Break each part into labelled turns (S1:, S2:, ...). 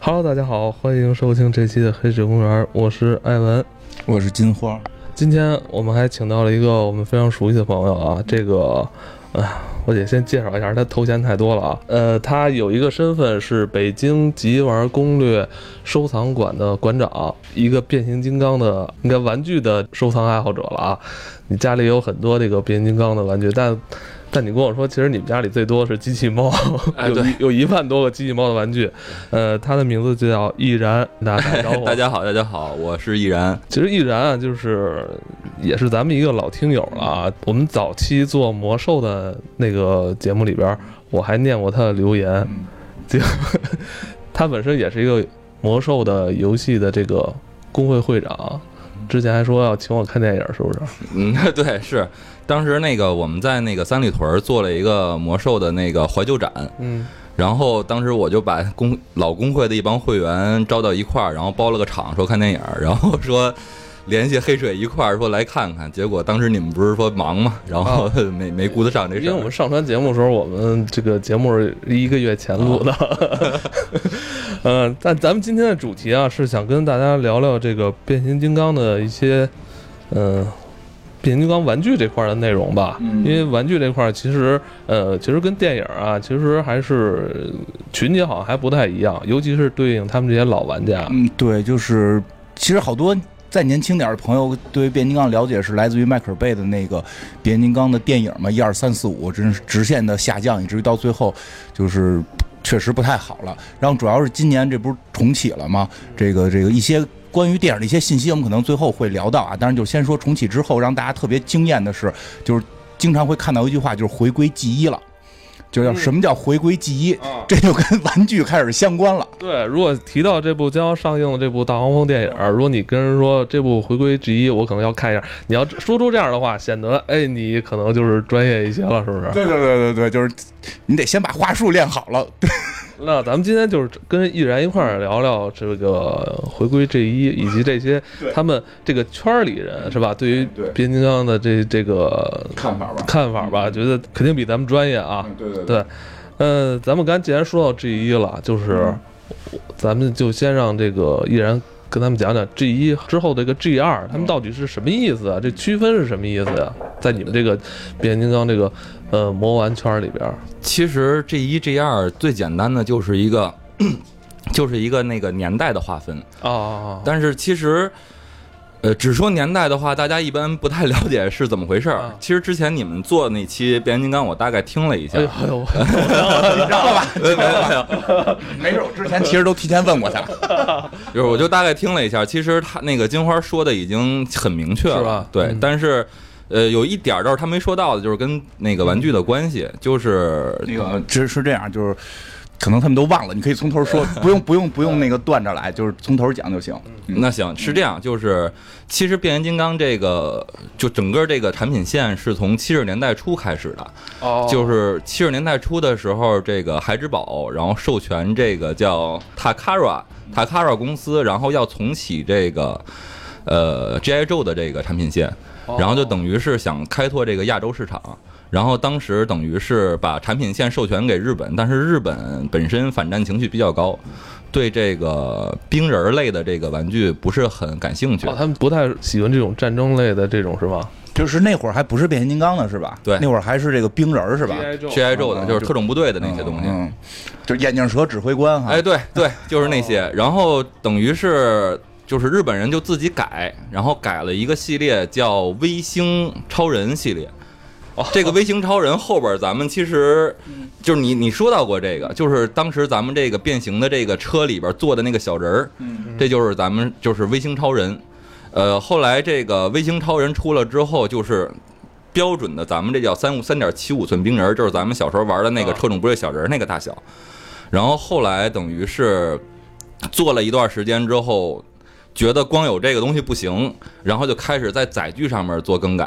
S1: Hello，大家好，欢迎收听这期的《黑水公园》，我是艾文。
S2: 我是金花，
S1: 今天我们还请到了一个我们非常熟悉的朋友啊，这个，呃，我得先介绍一下，他头衔太多了啊。呃，他有一个身份是北京吉玩攻略收藏馆的馆长，一个变形金刚的应该玩具的收藏爱好者了啊。你家里有很多这个变形金刚的玩具，但但你跟我说，其实你们家里最多是机器猫，
S3: 哎
S1: 有
S3: 对
S1: 一有一万多个机器猫的玩具。呃，他的名字就叫易然，大家打招呼。啊
S3: 大家好，大家好，我是易然。
S1: 其实易然啊，就是也是咱们一个老听友了啊。我们早期做魔兽的那个节目里边，我还念过他的留言。就 他本身也是一个魔兽的游戏的这个工会会长，之前还说要请我看电影，是不是？
S3: 嗯， 对，是当时那个我们在那个三里屯儿做了一个魔兽的那个怀旧展，
S1: 嗯，
S3: 然后当时我就把工老工会的一帮会员招到一块儿，然后包了个场说看电影儿，然后说联系黑水一块儿说来看看。结果当时你们不是说忙嘛， 然后没没顾得上啊这
S1: 因
S3: 事
S1: 为我们
S3: 儿。
S1: 上传节目的时候，我们这个节目是一个月前录
S3: 啊
S1: 的。 嗯，但咱们今天的主题啊，是想跟大家聊聊这个变形金刚的一些，嗯、变形金刚玩具这块儿的内容吧。
S2: 嗯
S1: 因为玩具这块儿其实，呃，其实跟电影啊，其实还是呃群体好像还不太一样，尤其是对应他们这些老玩家。
S2: 嗯，对，就是其实好多再年轻点儿的朋友对变形金刚了解是来自于迈克尔贝的那个变形金刚的电影嘛，一二三四五，真是直线的下降，以至于到最后就是。确实不太好了，然后主要是今年这不是重启了吗？这个这个一些关于电影的一些信息，我们可能最后会聊到啊。当然，就先说重启之后，让大家特别惊艳的是，就是经常会看到一句话，就是回归 G 一了，就叫
S1: 嗯
S2: 什么叫回归 G 一？
S1: 啊
S2: 这就跟 玩具开始相关了。
S1: 对，如果提到这部将要上映的这部大黄蜂电影，如果你跟人说这部回归 G 一，我可能要看一下。你要说出这样的话，显得哎，你可能就是专业一些了，是不是？
S2: 对对对对对，就是你得先把话术练好了。对，
S1: 那咱们今天就是跟易然一块儿聊聊这个回归 G 一，以及这些
S2: 对
S1: 他们这个圈儿里人是吧？对于
S2: 对
S1: 变形金刚的这这个
S2: 看法吧。嗯
S1: 看法吧，觉得肯定比咱们专业啊。
S2: 对对
S1: 对，呃，咱们刚才既然说到 G 一了，就是咱们就先让这个艺然跟他们讲讲 G 一之后这个 G 二，他们到底是什么意思啊？这区分是什么意思呀、在你们这个变形金刚这个呃魔玩圈里边儿，
S3: 其实 G 一 G 二最简单的就是一个 就是一个那个年代的划分。
S1: 啊，
S3: 但是其实，呃，只说年代的话，大家一般不太了解是怎么回事儿。
S1: 啊
S3: 其实之前你们做那期变形金刚，我大概听了一下。
S1: 哎呦哎呦，
S2: 你知道 吧？
S3: 没有
S1: 哎
S3: 没有，
S2: 没事，我之前其实都提前问过他。
S3: 就是我就大概听了一下，其实他那个金花说的已经很明确了，
S1: 是吧
S3: 对，
S1: 嗯
S3: 但是。呃，有一点儿倒是他没说到的，就是跟那个玩具的关系，
S1: 嗯
S3: 就是
S2: 那个，嗯其实是这样，就是可能他们都忘了，你可以从头说，不用不用不用那个断着来，就是从头讲就行。
S3: 那行是这样，就是其实变形金刚这个就整个这个产品线是从七十年代初开始的，
S1: 哦
S3: 就是七十年代初的时候，这个孩之宝，然后授权这个叫 Takara Takara 公司，然后要重启这个呃 GI Joe 的这个产品线，
S1: 哦
S3: 然后就等于是想开拓这个亚洲市场。然后当时等于是把产品线授权给日本，但是日本本身反战情绪比较高，对这个冰人儿类的这个玩具不是很感兴趣
S1: 哦，。他们不太喜欢这种战争类的这种是吧？
S2: 就是那会儿还不是变形金刚呢，是吧？
S3: 对
S2: 那会儿还是这个冰人儿是吧？
S3: GI Joe
S1: 哦
S3: 的就是特种部队的那
S2: 那
S3: 些东西。
S2: 嗯，就是眼镜蛇指挥官哈。
S3: 哎，，对对，就是那些。然后等于是就是日本人就自己改，然后改了一个系列叫《微星超人》系列。这个《微星超人》后边儿咱们其实就是你你说到过这个，就是当时咱们这个变形的这个车里边坐的那个小人儿，这就是咱们就是微星超人。呃，后来这个微星超人出了之后，就是标准的咱们这叫三五三点七五寸冰人儿，就是咱们小时候玩的那个
S1: 啊
S3: 特种部队小人儿那个大小。然后后来等于是做了一段时间之后，觉得光有这个东西不行，然后就开始在载具上面做更改。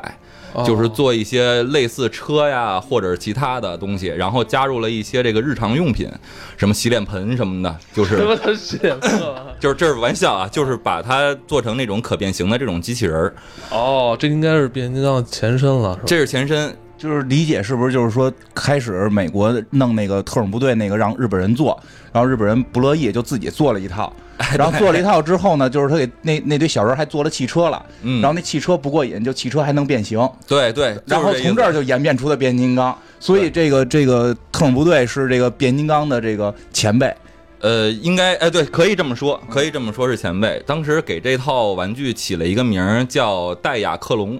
S1: 哦
S3: 就是做一些类似车呀，或者是其他的东西，然后加入了一些这个日常用品，什么洗脸盆什么的，就
S1: 什
S3: 是
S1: 么 的哦写 色
S3: 就是这是玩笑啊，就是把它做成那
S2: 哦
S3: 种可变形的这种机器人儿，
S1: 哦，这应该是变形金刚的前身了，是吧？
S3: 这是前身。
S2: 就是理解是不是就是说，开始美国弄那个特种部队那个让日本人做，然后日本人不乐意，就自己做了一 套，然后做了一套之后呢，就是他给那那堆小人还做了汽车了，
S3: 嗯
S2: 然后那汽车不过瘾，就汽车还能变形，
S3: 对对，就是
S2: 然后
S3: 意思
S2: 从这儿就演变出了变形金刚，所以这个这个特种部队是这个变形金刚的这个前辈，
S3: 呃，应该哎，对，可以这么说，可以这么说，是前辈。当时给这套玩具起了一个名儿叫戴亚克隆，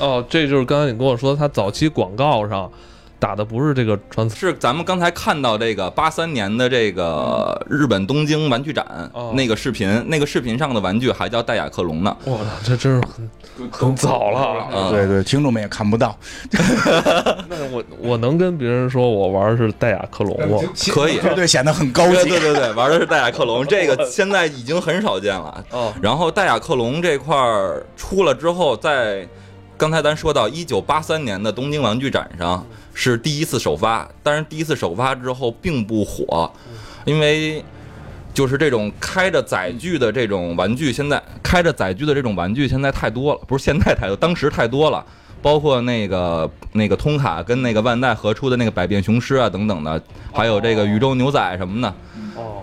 S1: 哦，这就是刚才你跟我说，他早期广告上打的不是这个传
S3: 是咱们刚才看到这个八三年的这个日本东京玩具展
S1: 哦
S3: 那个视频，那个视频上的玩具还叫戴亚克隆呢。
S1: 我操，这真是很很早了。
S3: 啊
S2: 对对，听众们也看不到，
S1: 那我我能跟别人说我玩的是戴亚克隆吗？
S3: 可以
S2: 这对显得很高
S3: 对
S2: 级，
S3: 对对对，玩的是戴亚克隆，这个现在已经很少见了。
S1: 哦，
S3: 然后戴亚克隆这块儿出了之后，在刚才咱说到一九八三年的东京玩具展上是第一次首发，但是第一次首发之后并不火，因为就是这种开着载具的这种玩具，现在开着载具的这种玩具现在太多了，不是现在太多，当时太多了。包括那个那个通卡跟那个万代合出的那个百变雄狮啊等等的，还有这个宇宙牛仔什么的，
S1: 哦，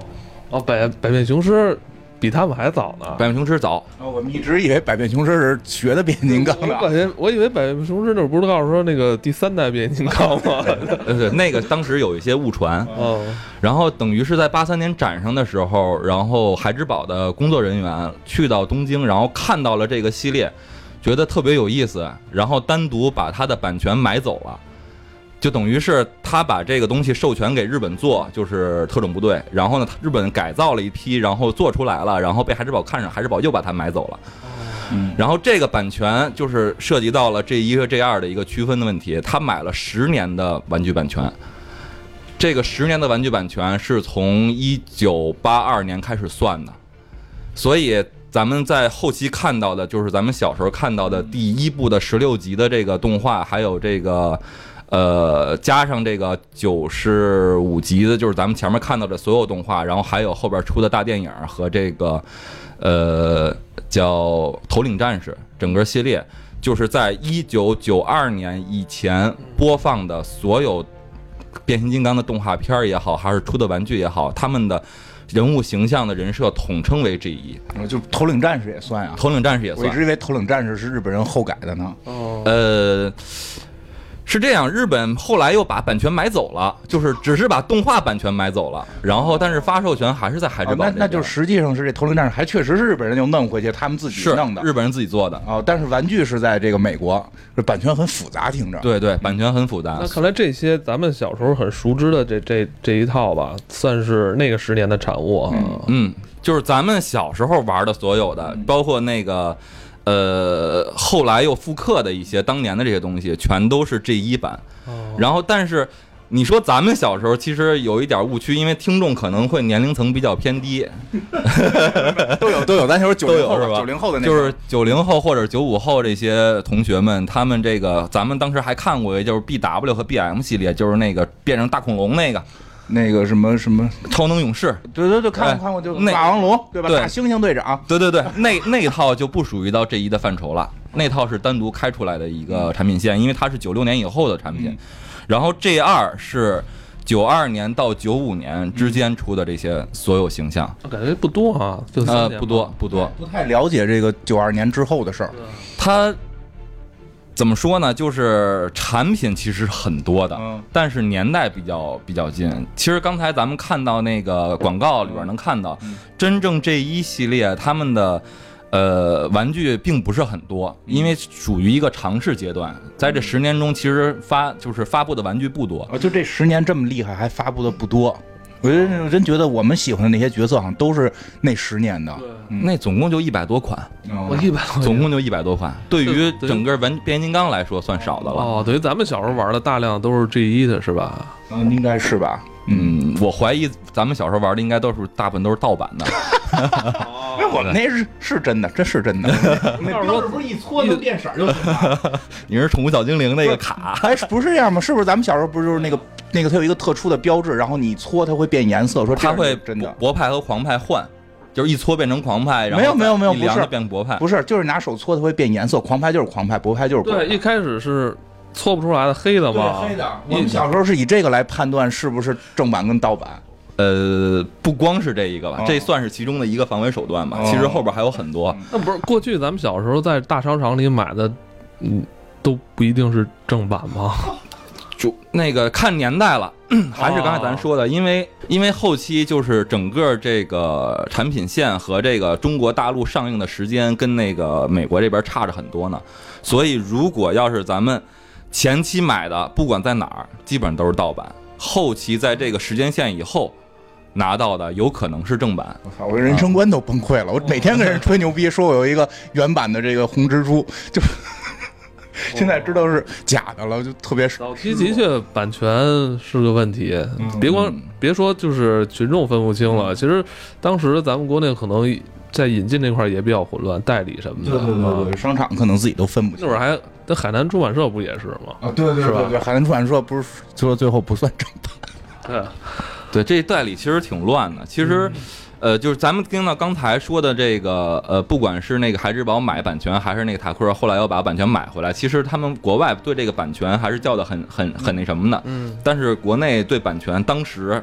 S1: 哦，百百变雄狮比他们还早呢。
S3: 百变雄狮早，
S2: 啊我们一直以为百变雄狮是学的变形金刚
S1: 我
S2: 的
S1: 感。觉我以为百变雄狮那不是告诉说那个第三代变形金刚吗？
S3: 对呃对，那个当时有一些误传，
S1: 哦，
S3: 然后等于是在八三年展上的时候，然后孩之宝的工作人员去到东京，然后看到了这个系列，觉得特别有意思，然后单独把它的版权买走了。就等于是他把这个东西授权给日本做，就是特种部队。然后呢，日本改造了一批，然后做出来了，然后被孩之宝看上，孩之宝又把它买走了。
S2: 嗯，
S3: 然后这个版权就是涉及到了这一个这二的一个区分的问题，他买了十年的玩具版权。这个十年的玩具版权是从一九八二年开始算的，所以咱们在后期看到的，就是咱们小时候看到的第一部的十六集的这个动画，还有这个，呃，加上这个九十五集的，就是咱们前面看到的所有动画，然后还有后边出的大电影和这个，呃，叫《头领战士》整个系列，就是在一九九二年以前播放的所有变形金刚的动画片儿也好，还是出的玩具也好，他们的人物形象的人设统称为 G 一，
S2: 就头领战士也算啊。
S3: 头领战士也
S2: 我一
S3: 算。
S2: 直以为头领战士是日本人后改的呢。
S1: 哦，
S3: 呃，是这样，日本后来又把版权买走了，就是只是把动画版权买走了，然后但是发售权还是在孩之
S2: 哦、
S3: 宝
S2: 那
S3: 这边、
S2: 那就实际上是这头领战士还确实是日本人又弄回去，他们自己
S3: 是
S2: 弄的。
S3: 日本人自己做的。
S2: 哦，但是玩具是在这个美国，这版权很复杂，听着。，
S3: 对对，版权很复杂
S1: 那。看来这些咱们小时候很熟知的这这这一套吧，算是那个十年的产物啊。
S3: 嗯，就是咱们小时候玩的所有
S2: 嗯
S3: 的，包括那个，呃，后来又复刻的一些当年的这些东西，全都是 G 一版。
S1: 哦
S3: 然后，但是你说咱们小时候其实有一点误区，因为听众可能会年龄层比较偏低，
S2: 都有都有，咱就是九
S3: 都
S2: 零
S3: 有
S2: 后
S3: 是吧？
S2: 九零后的那
S3: 就是九零后或者九五后这些同学们，他们这个咱们当时还看过，就是 B W 和 B M 系列，就是那个变成大恐龙那个
S2: 那个什么什么，
S3: 超能勇士。
S2: 对对对，看
S3: 哎
S2: 过看过，就
S3: 那
S2: 霸王龙对吧？
S3: 对
S2: 大猩猩队长，
S3: 对对对，那那套就不属于到 G 一的范畴了，那套是单独开出来的一个产品线，因为它是九六年以后的产品
S2: 嗯，
S3: 然后 G 二是九二年到九五年之间出的这些所有形象，
S1: 感觉不多啊，就三
S3: 呃，
S1: 年吧
S3: 不多不多，
S2: 不太了解这个九二年之后的事儿。
S3: 它怎么说呢？就是产品其实很多的，
S2: 嗯
S3: 但是年代比较比较近。其实刚才咱们看到那个广告里边能看到，
S2: 嗯
S3: 真正 G 一系列他们的。呃，玩具并不是很多，
S2: 嗯
S3: 因为属于一个尝试阶段。在这十年中，其实发就是发布的玩具不多。
S2: 啊，就这十年这么厉害，还发布的不多。我真我真觉得我们喜欢的那些角色好像都是那十年的。嗯
S3: 那总共就一百多 款，
S2: 嗯
S1: 我一百多
S3: 总共就一百多款。 对于
S1: 对
S3: 整个玩变形金刚来说，算少的了。
S1: 哦，等于咱们小时候玩的大量都是 G 一的是吧？
S2: 嗯，应该是吧。
S3: 嗯，我怀疑咱们小时候玩的应该都是大部分都是盗版的。
S2: 那我们那是是真的，这是真的。那
S1: 标
S2: 不是一搓
S1: 就
S2: 变色就行了？
S3: 你是宠物小精灵那个卡，
S2: 还不是这样吗？是不是咱们小时候不是就是那个那个它有一个特殊的标志，然后你一搓它会变颜色，说这
S3: 它
S2: 样
S3: 会
S2: 是真的
S3: 博派和狂派换，就是一搓变成狂派，然后
S2: 没有没有没有
S3: 一凉
S2: 不是
S3: 就变博派。
S2: 不是，就是拿手搓它会变颜色，狂拍就是狂拍，博拍就是博
S1: 对，一
S2: 拍。
S1: 开始是搓不出来的黑的吧？
S2: 对黑的。我们小时候是以这个来判断是不是正版跟盗版。
S3: 呃，不光是这一个吧
S2: 哦，
S3: 这算是其中的一个防伪手段吧。
S2: 哦嗯
S3: 其实后边还有很多。
S1: 那不是过去咱们小时候在大商场里买的，嗯，都不一定是正版吗？
S3: 就那个看年代了，嗯还是刚才咱说的，因为因为后期就是整个这个产品线和这个中国大陆上映的时间跟那个美国这边差着很多呢，所以如果要是咱们前期买的，不管在哪儿，基本上都是盗版，后期在这个时间线以后拿到的有可能是正版。
S2: 我操，我人生观都崩溃了。我每天跟人吹牛逼，说我有一个原版的这个红蜘蛛， 就现在知道是假的了，就特别
S1: 早期哦的确版权是个问题，别光别说就是群众分不清了，其实当时咱们国内可能在引进这块儿也比较混乱，代理什么的。啊
S2: 商场可能自己都分不清
S1: 那会儿还那海南出版社不也是吗？
S2: 啊，对对
S1: 啊是吧
S2: 对对，海南出版社不是说最后不算正版，
S1: 对，
S3: 对，这代理其实挺乱的。其实，呃，就是咱们听到刚才说的这个，呃，不管是那个孩之宝买版权，还是那个塔克后来又把版权买回来，其实他们国外对这个版权还是叫的很很很那什么的。
S1: 嗯，
S3: 但是国内对版权当时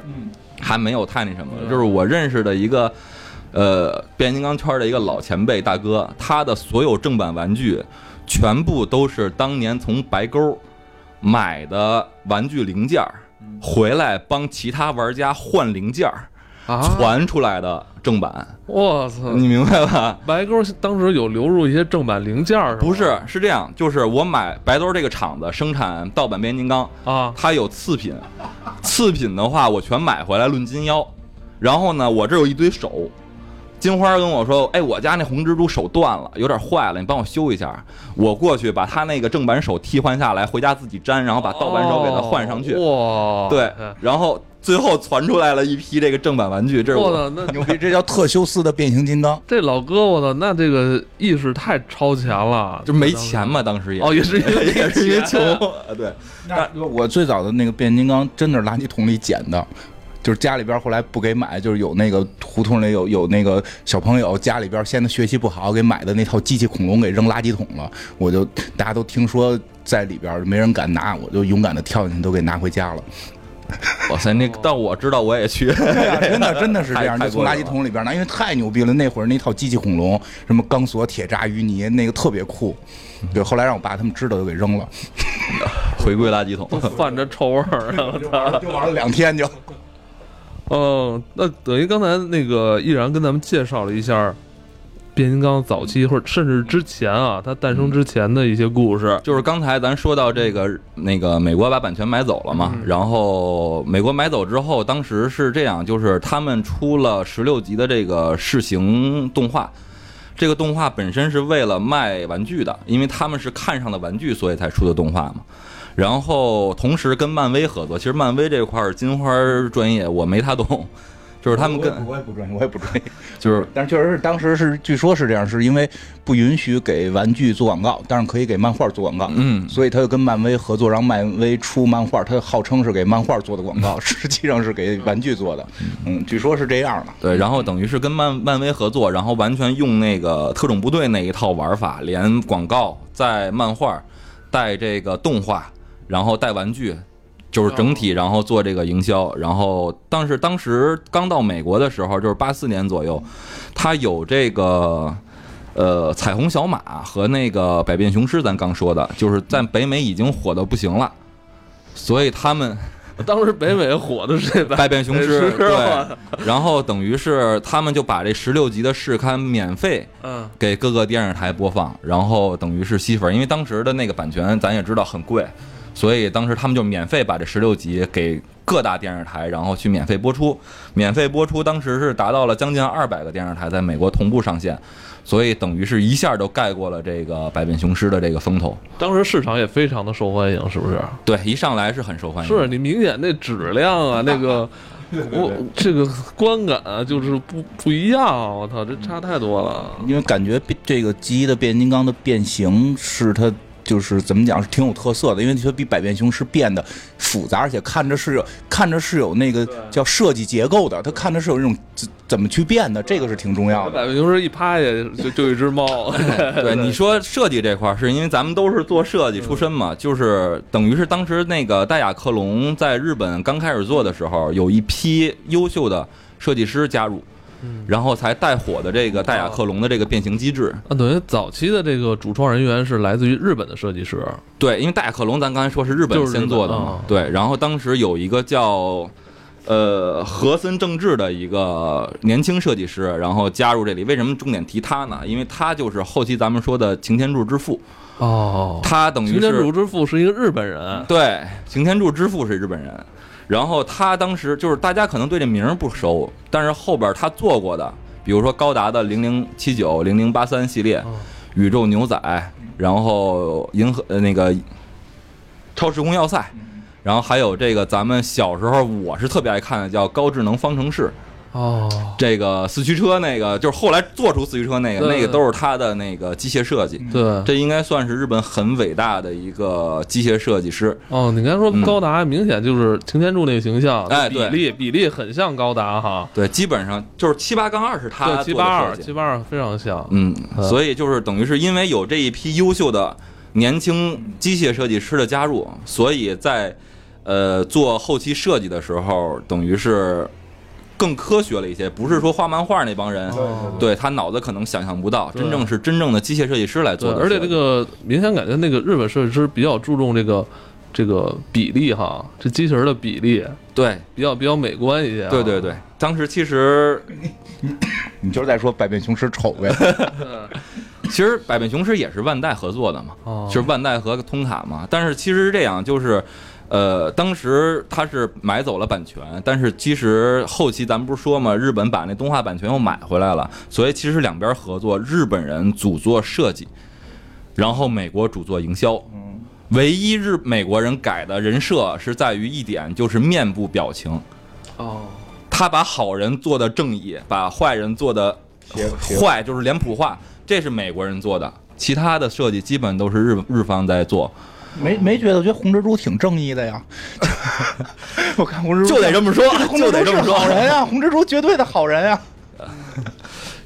S3: 还没有太那什么，就是我认识的一个。呃，变形金刚圈的一个老前辈大哥，他的所有正版玩具，全部都是当年从白沟买的玩具零件儿
S1: 嗯
S3: 回来帮其他玩家换零件儿
S1: 啊，呃
S3: 传出来的正版，
S1: 我操！
S3: 你明白吧？
S1: 白沟当时有流入一些正版零件儿吗，
S3: 不是，是这样，就是我买白兜这个厂子生产盗版变形金刚，
S1: 啊？
S3: 它有次品，次品的话我全买回来论斤腰，然后呢，我这有一堆手。金花跟我说：“哎，我家那红蜘蛛手断了，有点坏了，你帮我修一下。”我过去把他那个正版手替换下来，回家自己粘，然后把盗版手给它换上去。
S1: 哦哇，哎
S3: 对，然后最后传出来了一批这个正版玩具，这是
S1: 我
S3: 我
S1: 操，那
S2: 牛逼，这叫特修斯的变形金刚。
S1: 这老哥，我操，那这个意识太超前了，
S3: 就没钱嘛，当 时也
S1: 哦也是因为
S3: 也是因为穷
S1: 没钱，
S3: 对，
S2: 那我最早的那个变形金刚真的是垃圾桶里捡的，就是家里边后来不给买，就是有那个胡同里有有那个小朋友家里边现在学习不好给买的那套机器恐龙给扔垃圾桶了，我就大家都听说在里边没人敢拿，我就勇敢的跳进去都给拿回家了。
S3: 哇塞，那但我知道我也去，
S2: 对啊，真的真的是这样，
S3: 太
S2: 就从垃圾。
S3: 太过分了
S2: 桶里边拿，因为太牛逼了。那会儿那套机器恐龙，什么钢索、铁闸、淤泥，那个特别酷。对，后来让我爸他们知道就给扔了，
S3: 回归垃圾桶，
S1: 都泛着臭味儿。啊我操
S2: 就玩了两天就。
S1: 嗯，那等于刚才那个毅然跟咱们介绍了一下变形金刚早期或者甚至之前啊，它诞生之前的一些故事。
S3: 就是刚才咱说到这个那个美国把版权买走了嘛，
S2: 嗯
S3: 然后美国买走之后，当时是这样，就是他们出了十六集的这个试行动画。这个动画本身是为了卖玩具的，因为他们是看上的玩具，所以才出的动画嘛。然后同时跟漫威合作，其实漫威这块儿金花儿专业我没太懂，就是他们跟
S2: 我也不专业，我也不专业。
S3: 就是
S2: 但是确实是当时是，据说是这样，是因为不允许给玩具做广告，但是可以给漫画做广告。
S3: 嗯
S2: 所以他就跟漫威合作，让漫威出漫画，他号称是给漫画做的广 告，实际上是给玩具做的。嗯，据说是这样的。
S3: 对，然后等于是跟漫漫威合作，然后完全用那个特种部队那一套玩法，连广告带漫画，带这个动画，然后带玩具，就是整体，然后做这个营销。然后但是当时刚到美国的时候，就是八四年左右，他有这个。呃，彩虹小马和那个百变雄狮，咱刚说的，就是在北美已经火的不行了，所以他们
S1: 当时北美火的是这版
S3: 百变雄狮，
S1: 是吧
S3: 对，然后等于是他们就把这十六集的试刊免费
S1: 嗯，
S3: 给各个电视台播放，然后等于是吸粉，因为当时的那个版权咱也知道很贵，所以当时他们就免费把这十六集给各大电视台，然后去免费播出，免费播出，当时是达到了将近二百个电视台在美国同步上线，所以等于是一下就盖过了这个百变雄狮的这个风头，
S1: 当时市场也非常的受欢迎，是不是？
S3: 对，一上来是很受欢迎，
S1: 是你明显那质量啊，那 个我这个观感啊，就是不不一样啊。我
S3: 嗯
S1: 操，这差太多了。
S2: 因为感觉变这个基一的变形金刚的变形是它就是怎么讲是挺有特色的，因为它比百变雄狮变得复杂，而且看着是有看着是有那个叫设计结构的，它看着是有那种怎怎么去变的，这个是挺重要的。
S1: 百变雄狮一趴下就就一只猫，
S3: 对，你说设计这块儿，是因为咱们都是做设计出身
S1: 嗯
S3: 嘛，就是等于是当时那个戴亚克隆在日本刚开始做的时候，有一批优秀的设计师加入，
S1: 嗯
S3: 然后才带火的这个戴亚克隆的这个变形机制。
S1: 啊，等于早期的这个主创人员是来自于日本的设计师，
S3: 对，因为戴亚克隆咱刚才说是日本
S1: 就是日
S3: 先
S1: 本
S3: 做的嘛，
S1: 啊
S3: 对，然后当时有一个叫。呃，和森正治的一个年轻设计师，然后加入这里。为什么重点提他呢？因为他就是后期咱们说的擎天柱之父，
S1: 哦，
S3: 他等于是
S1: 擎天柱之父是一个日本 人，
S3: 对，擎天柱之父是日本人，然后他当时就是大家可能对这名儿不熟，但是后边他做过的，比如说高达的零零七九、零零八三系列、
S1: 哦
S3: 宇宙牛仔，然后银河呃那个超时空要塞，
S1: 嗯
S3: 然后还有这个咱们小时候我是特别爱看的叫高智能方程式，
S1: 哦，
S3: 这个四驱车那个就是后来做出四驱车那个，
S1: 对
S3: 那个都是他的那个机械设计。
S1: 对，
S3: 这应该算是日本很伟大的一个机械设计师，
S1: 哦，你刚才说高达，明显就是擎天柱那个形象，
S3: 嗯哎
S1: 比
S3: 对
S1: 例比例很像高达哈，
S3: 对，基本上就是七八杠二是他做
S1: 对，
S3: 的
S1: 七八二
S3: 设计
S1: 七八二非常像，
S3: 嗯，
S1: 嗯
S3: 所以就是等于是因为有这一批优秀的年轻机械设计师的加入，所以在呃做后期设计的时候，等于是更科学了一些，不是说画漫画那帮人，
S1: 哦
S3: 对他脑子可能想象不到，
S1: 对
S3: 真正是真正的机械设计师来
S1: 对
S3: 做，的设
S1: 而
S3: 计，
S1: 且这个明显感觉那个日本设计师比较注重这个这个比例哈，这机器人的比例
S3: 对
S1: 比较比较美观一些啊，
S3: 对对对，当时其实
S2: 你就是在说百变雄狮丑呗？
S3: 其实百变雄狮也是万代合作的嘛，
S1: 哦
S3: 就是万代和通卡嘛。但是其实是这样，就是，呃，当时他是买走了版权，但是其实后期咱们不是说嘛，日本把那动画版权又买回来了，所以其实两边合作，日本人主做设计，然后美国主做营销。唯一日美国人改的人设是在于一点，就是面部表情。
S1: 哦，
S3: 他把好人做的正义，把坏人做的
S2: 邪邪
S3: 坏，就是脸谱化，这是美国人做的。其他的设计基本都是日日方在做，
S2: 没没觉得？我觉得红蜘蛛挺正义的呀。 我看红蜘蛛
S3: 就得这么说
S2: 红，
S3: 就
S2: 蜘
S3: 得
S2: 蛛
S3: 这
S2: 是
S3: 么
S2: 好
S3: 说，
S2: 人啊呀， 红蜘蛛绝对的好人啊呀。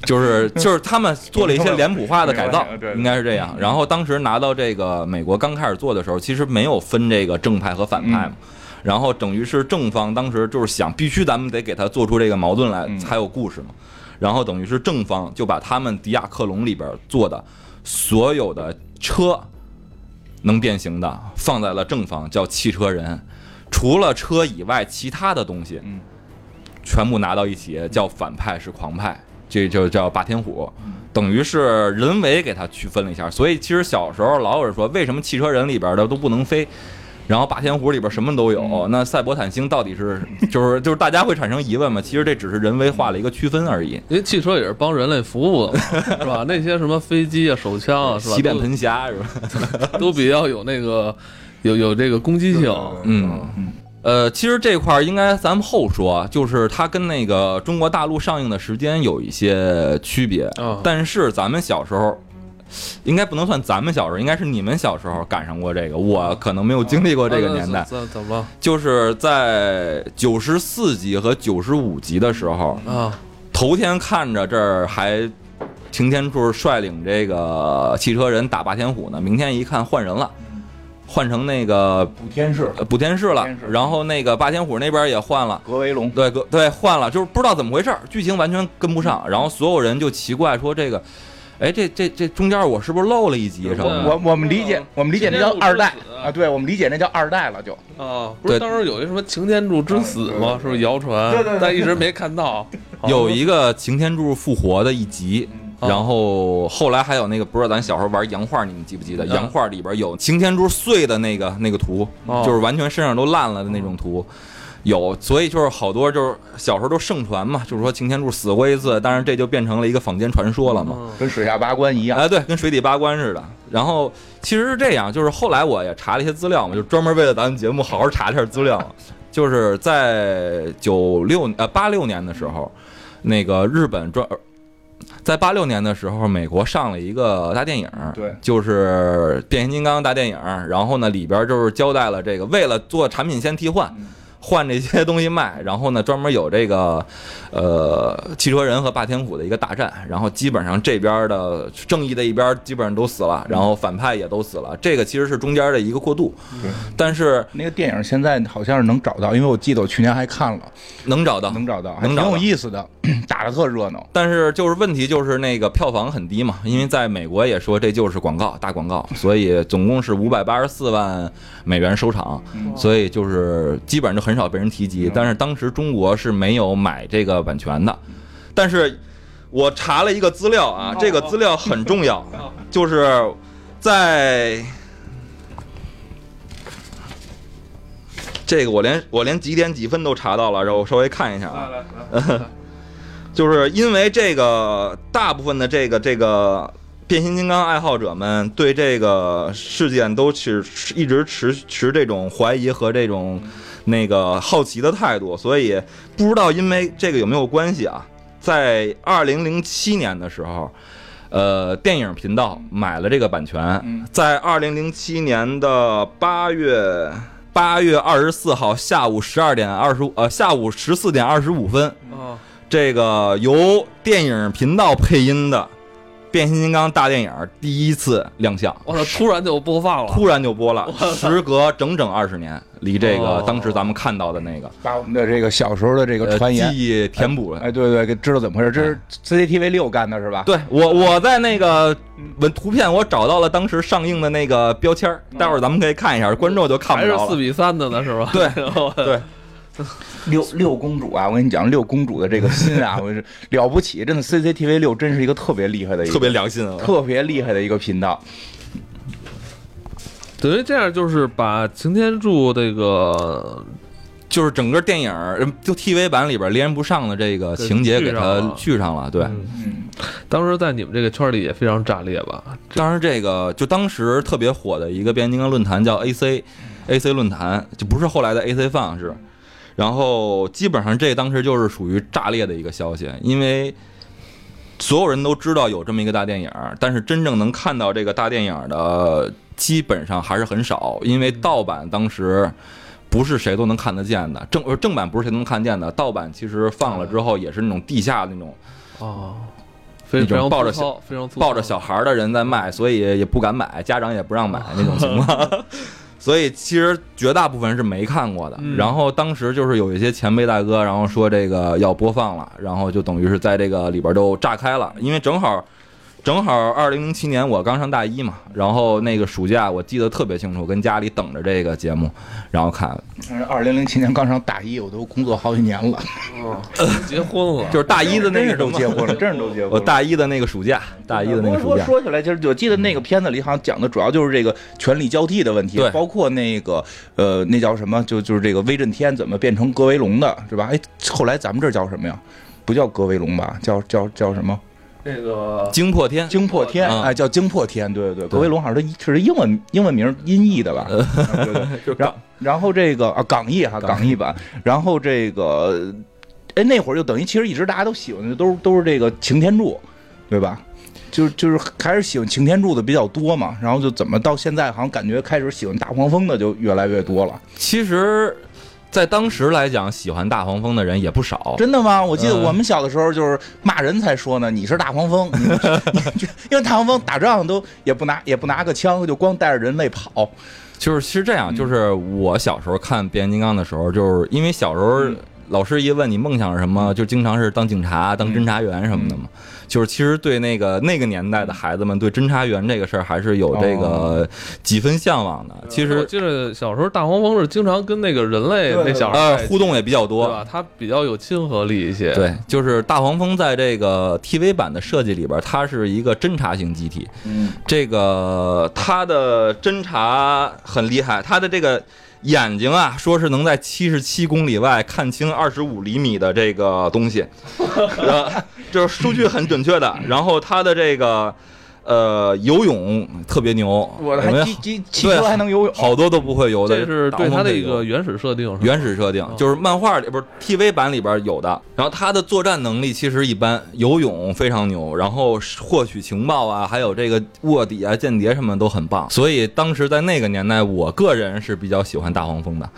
S3: 就是就是他们做了一些脸谱化的改
S2: 明
S3: 造
S2: 白明白嗯对，对
S3: 应该是这样。然后当时拿到这个美国刚开始做的时候，其实没有分这个正派和反派嘛。
S2: 嗯
S3: 然后等于是正方当时就是想，必须咱们得给他做出这个矛盾来
S2: 嗯
S3: 才有故事嘛。然后等于是正方就把他们迪亚克隆里边做的所有的车能变形的放在了正方，叫汽车人。除了车以外，其他的东西，
S2: 嗯
S3: 全部拿到一起，叫反派是狂派，这就叫霸天虎，等于是人为给它区分了一下。所以其实小时候老有人说，为什么汽车人里边的都不能飞？然后霸天虎里边什么都有，那赛博坦星到底是 就是就是大家会产生疑问嘛？其实这只是人为化了一个区分而已。
S1: 因为汽车也是帮人类服务 的嘛，是吧？那些什么飞机啊、手枪啊，是吧？
S3: 西变喷侠是吧？
S1: 都都比较有那个有有这个攻击性，
S3: 嗯，呃，其实这块儿应该咱们后说，啊就是它跟那个中国大陆上映的时间有一些区别，
S1: 嗯
S3: 但是咱们小时候。应该不能算咱们小时候，应该是你们小时候赶上过这个，我可能没有经历过这个年代
S1: 啊。怎怎怎么
S3: 就是在九十四集和九十五集的时候，
S1: 了啊？
S3: 头天看着这儿还擎天柱率领这个汽车人打霸天虎呢，明天一看换人了，换成那个
S2: 补天士
S3: 呃，补天士了
S2: 补天士，
S3: 然后那个霸天虎那边也换了，
S2: 格维龙，
S3: 对，格对换了，就是不知道怎么回事儿，剧情完全跟不
S1: 嗯
S3: 上，然后所有人就奇怪说这个，哎，这这这中间我是不是漏了一集什么
S1: 对
S3: 的？
S2: 我我们理解，我们理解那叫二代啊，对，我们理解那叫二代了就。
S1: 啊，不是
S3: 对啊
S1: 当时有一什么擎天柱之死吗？是不是谣传？
S2: 对对对
S1: 但一直没看到。好像
S3: 有一个擎天柱复活的一集。
S1: 嗯
S3: 然后后来还有那个，不知道咱小时候玩洋画，你们记不记得？
S1: 嗯
S3: 洋画里边有擎天柱碎的那个那个图，
S1: 哦
S3: 就是完全身上都烂了的那种图，有。所以就是好多就是小时候都盛传嘛，就是说擎天柱死过一次，当然这就变成了一个坊间传说了嘛。
S1: 嗯
S2: 跟水下八关一样。
S3: 哎，对，跟水底八关似的。然后其实是这样，就是后来我也查了一些资料嘛，就专门为了咱们节目好好查了一下资料。就是在九六呃八六年的时候，那个日本专呃在八六年的时候，美国上了一个大电影，
S2: 对
S3: 就是变形金刚大电影。然后呢，里边就是交代了这个，为了做产品线替换，
S2: 嗯
S3: 换这些东西卖。然后呢，专门有这个，呃，汽车人和霸天虎的一个大战。然后基本上这边的正义的一边基本上都死了，然后反派也都死了。这个其实是中间的一个过渡，
S2: 嗯
S3: 但是
S2: 那个电影现在好像是能找到，因为我记得我去年还看了，
S3: 能找到，
S2: 啊能找到，还
S3: 能
S2: 挺
S3: 找到
S2: 有意思的，打的特热闹。
S3: 但是就是问题就是那个票房很低嘛，因为在美国也说这就是广告大广告，所以总共是五百八十四万美元收场，所以就是基本上就很少被人提及。但是当时中国是没有买这个版权的，但是我查了一个资料啊，这个资料很重要，就是在。这个我连我连几点几分都查到了，然后我稍微看一下啊。
S1: 来来来，
S3: 就是因为这个，大部分的这个这个变形金刚爱好者们对这个事件都持一直持持这种怀疑和这种那个好奇的态度，所以不知道因为这个有没有关系啊？在二零零七年的时候，呃，电影频道买了这个版权，在二零零七年的八月。八月二十四号下午十二点二十五，呃，下午十四点二十五分，
S1: 哦，
S3: 这个由电影频道配音的《变形金刚大电影》第一次亮相，
S1: 我操，突然就播放了，
S3: 突然就播了，时隔整整二十年，离这个
S1: 哦
S3: 当时咱们看到的那个
S2: 把我们的这个小时候的这个
S3: 呃
S2: 传言，
S3: 记忆填补了。
S2: 哎，对对，给知道怎么回事，这是 CCTV 六干的是吧？
S3: 对我，我在那个文图片我找到了当时上映的那个标签儿，待会儿咱们可以看一下，观众就看
S1: 还
S3: 不
S1: 是
S3: 着
S1: 四
S3: 了。
S1: 比三的呢，是吧？
S3: 对
S1: 我
S3: 对，
S2: 六六公主啊，我跟你讲，六公主的这个心 啊，我是了不起，真的 CCTV 六真是一个特别厉害的一个
S3: 特别良心啊！
S2: 特别厉害的一个频道。
S1: 等于这样就是把擎天柱这个
S3: 就是整个电影儿就 TV 版里边连不上的这个情节给它续上了，对。
S1: 当时在你们这个圈里也非常炸裂吧？
S3: 当然，这个就当时特别火的一个变形金刚论坛叫 AC，AC 论坛就不是后来的 AC 放是，然后基本上这当时就是属于炸裂的一个消息，因为所有人都知道有这么一个大电影，但是真正能看到这个大电影的基本上还是很少，因为盗版当时。不是谁都能看得见的，正呃正版不是谁都能看见的，盗版其实放了之后也是那种地下那种
S1: 哦，非
S3: 那种
S1: 常
S3: 抱着
S1: 粗糙非常粗糙
S3: 抱着小孩儿的人在卖，所以也不敢买，家长也不让买那种情况。所以其实绝大部分是没看过的。
S1: 嗯
S3: 然后当时就是有一些前辈大哥，然后说这个要播放了，然后就等于是在这个里边都炸开了，因为正好。正好二零零七年我刚上大一嘛，然后那个暑假我记得特别清楚，跟家里等着这个节目，然后看，
S2: 但是二零零七年刚上大一，我都工作好几年了，
S1: 结婚了，
S3: 就是大一的那
S2: 真
S3: 个
S2: 是
S3: 什
S2: 都
S3: 么
S2: 结婚了，真是都结婚了。
S3: 我大一的那个暑假，大一的那个暑
S2: 说
S3: 假，
S2: 说起来，其实我记得那个片子里好像讲的主要就是这个权力交替的问题
S3: 对，
S2: 包括那个呃，那叫什么？就就是这个威震天怎么变成格威龙的，是吧？哎，后来咱们这儿叫什么呀？不叫格威龙吧？叫叫叫什么？
S1: 那个
S3: 惊破天，
S2: 惊破天，
S3: 嗯
S2: 哎，叫惊破天，对对对，格威龙好像是它是英文英文名音译的吧？对对对
S3: 就是
S2: 然然后这个啊港译哈港译版，然后这个哎那会儿就等于其实一直大家都喜欢的都是都是这个擎天柱，对吧？就是就是还是喜欢擎天柱的比较多嘛，然后就怎么到现在好像感觉开始喜欢大黄蜂的就越来越多了，
S3: 其实，在当时来讲，喜欢大黄蜂的人也不少。
S2: 真的吗？我记得
S3: 嗯
S2: 我们小的时候就是骂人才说呢，你是大黄蜂，你 你因为大黄蜂打仗都也不拿也不拿个枪，就光带着人类跑，
S3: 就是是这
S1: 嗯
S3: 样，就是我小时候看《变形金刚》的时候，就是因为小时
S1: 嗯
S3: 候老师一问你梦想是什么，就经常是当警察、当侦查员什么的嘛。
S1: 嗯
S3: 就是其实对那个那个年代的孩子们，对侦查员这个事儿还是有这
S1: 哦
S3: 个几分向往的。其
S1: 我
S3: 实
S1: 记得小时候大黄蜂是经常跟那个人类
S2: 对
S1: 那小孩
S3: 呃
S1: 在一起
S3: 互动也比较
S1: 对
S3: 多，
S1: 吧？它比较有亲和力一些。
S3: 对，就是大黄蜂在这个 TV 版的设计里边，它是一个侦查型机体。
S2: 嗯，
S3: 这个它的侦查很厉害，它的这个眼睛啊，说是能在七十七公里外看清二十五厘米的这个东西，呃，就是数据很准确的。然后它的这个。呃，游泳特别牛，
S2: 我的
S3: 我
S2: 还
S3: 们
S2: 机机汽车还能游泳，
S3: 好多都不会游的，
S1: 这是
S3: 大
S1: 对
S3: 部分
S1: 它的
S3: 得
S1: 一
S3: 游
S1: 个原始设定，是吧
S3: 原始设定
S1: 哦，
S3: 就是漫画里不是 TV 版里边有的。然后他的作战能力其实一般，游泳非常牛，然后获取情报啊，还有这个卧底啊、间谍什么都很棒。所以当时在那个年代，我个人是比较喜欢大黄蜂的。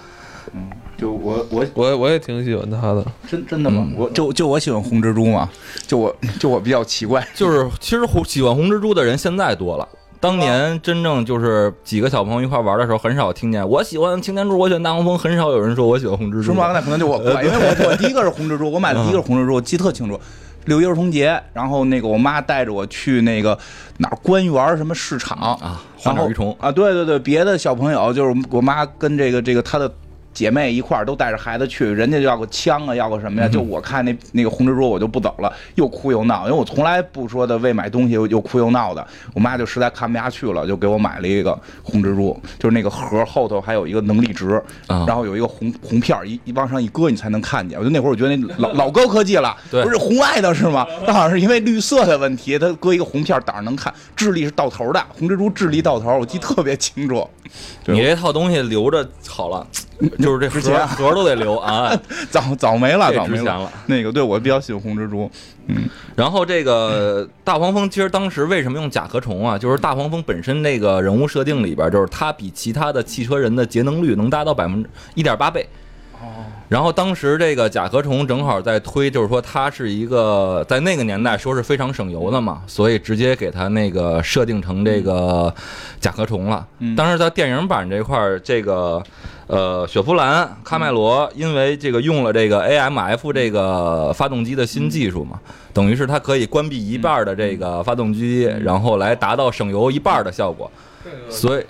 S2: 就我我
S1: 我我也挺喜欢 它的。
S2: 真真的吗？我就就我喜欢红蜘蛛嘛，就我就我比较奇怪，
S3: 就是其实红喜欢红蜘蛛的人现在多了。当年真正就是几个小朋友一块玩的时候，很少听见我喜欢青天柱，我喜欢大黄蜂，很少有人说我喜欢红蜘蛛。
S2: 是吗？那可能就我怪，因为我我第一个是红蜘蛛，我买的第一个是红蜘蛛，我记得特清楚。六一儿童节，然后那个我妈带着我去那个哪儿官园儿什么市场
S3: 啊花
S2: 然
S3: 鸟
S2: 后
S3: 鱼虫
S2: 啊，对对对，别的小朋友就是我妈跟这个这个她的姐妹一块儿都带着孩子去，人家就要个枪啊，要个
S3: 嗯
S2: 什么呀？就我看那那个红蜘蛛，我就不走了，又哭又闹，因为我从来不说的为买东西又又哭又闹的。我妈就实在看不下去了，就给我买了一个红蜘蛛，就是那个盒后头还有一个能力值，
S3: 啊
S2: 然后有一个红红片儿一一往上一搁，你才能看见。我就那会儿我觉得那老老高科技了，
S3: 对
S2: 不是红外的是 吗？它好像是因为绿色的问题，它搁一个红片儿挡着能看。智力是到头的，红蜘蛛智力到头，我记
S3: 嗯
S2: 得特别清楚。对嗯
S3: 你这套东西留着好了，就是这
S2: 值钱
S3: 盒盒都得留 啊。
S2: 早早没了，
S3: 这
S2: 早
S3: 值
S2: 没
S3: 钱了。
S2: 那个对我比较喜欢红蜘蛛，
S3: 然后这个大黄蜂，其实当时为什么用甲壳虫啊？就是大黄蜂本身那个人物设定里边，就是它比其他的汽车人的节能率能达到百分之一点八倍。然后当时这个甲壳虫正好在推，就是说它是一个在那个年代说是非常省油的嘛，所以直接给它那个设定成这个甲壳虫了。当时在电影版这块儿，这个呃雪佛兰喀麦罗因为这个用了这个 AMF 这个发动机的新技术嘛，等于是它可以关闭一半儿的这
S2: 嗯
S3: 个发动机，然后来达到省油一半儿的效果。所以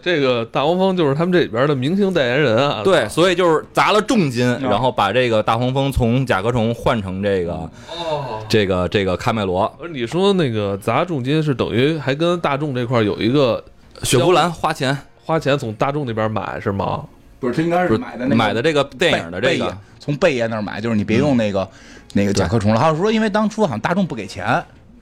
S1: 这个大黄蜂就是他们这里边的明星代言人啊。
S2: 嗯
S3: 对，所以就是砸了重金，然后把这个大黄蜂从甲壳虫换成这
S2: 嗯
S3: 个
S1: 哦。
S3: 这个这个喀麦罗。
S1: 而你说那个砸重金是等于还跟大众这块儿有一个
S3: 雪佛兰花钱
S1: 花钱从大众那边买是吗？
S2: 不是他应该
S3: 不是
S2: 个
S3: 买的这个电影的这
S2: 贝贝爷
S3: 个，嗯
S2: 从贝爷那儿买，就是你别用那个、那个甲壳虫了。好像说，因为当初好像大众不给钱，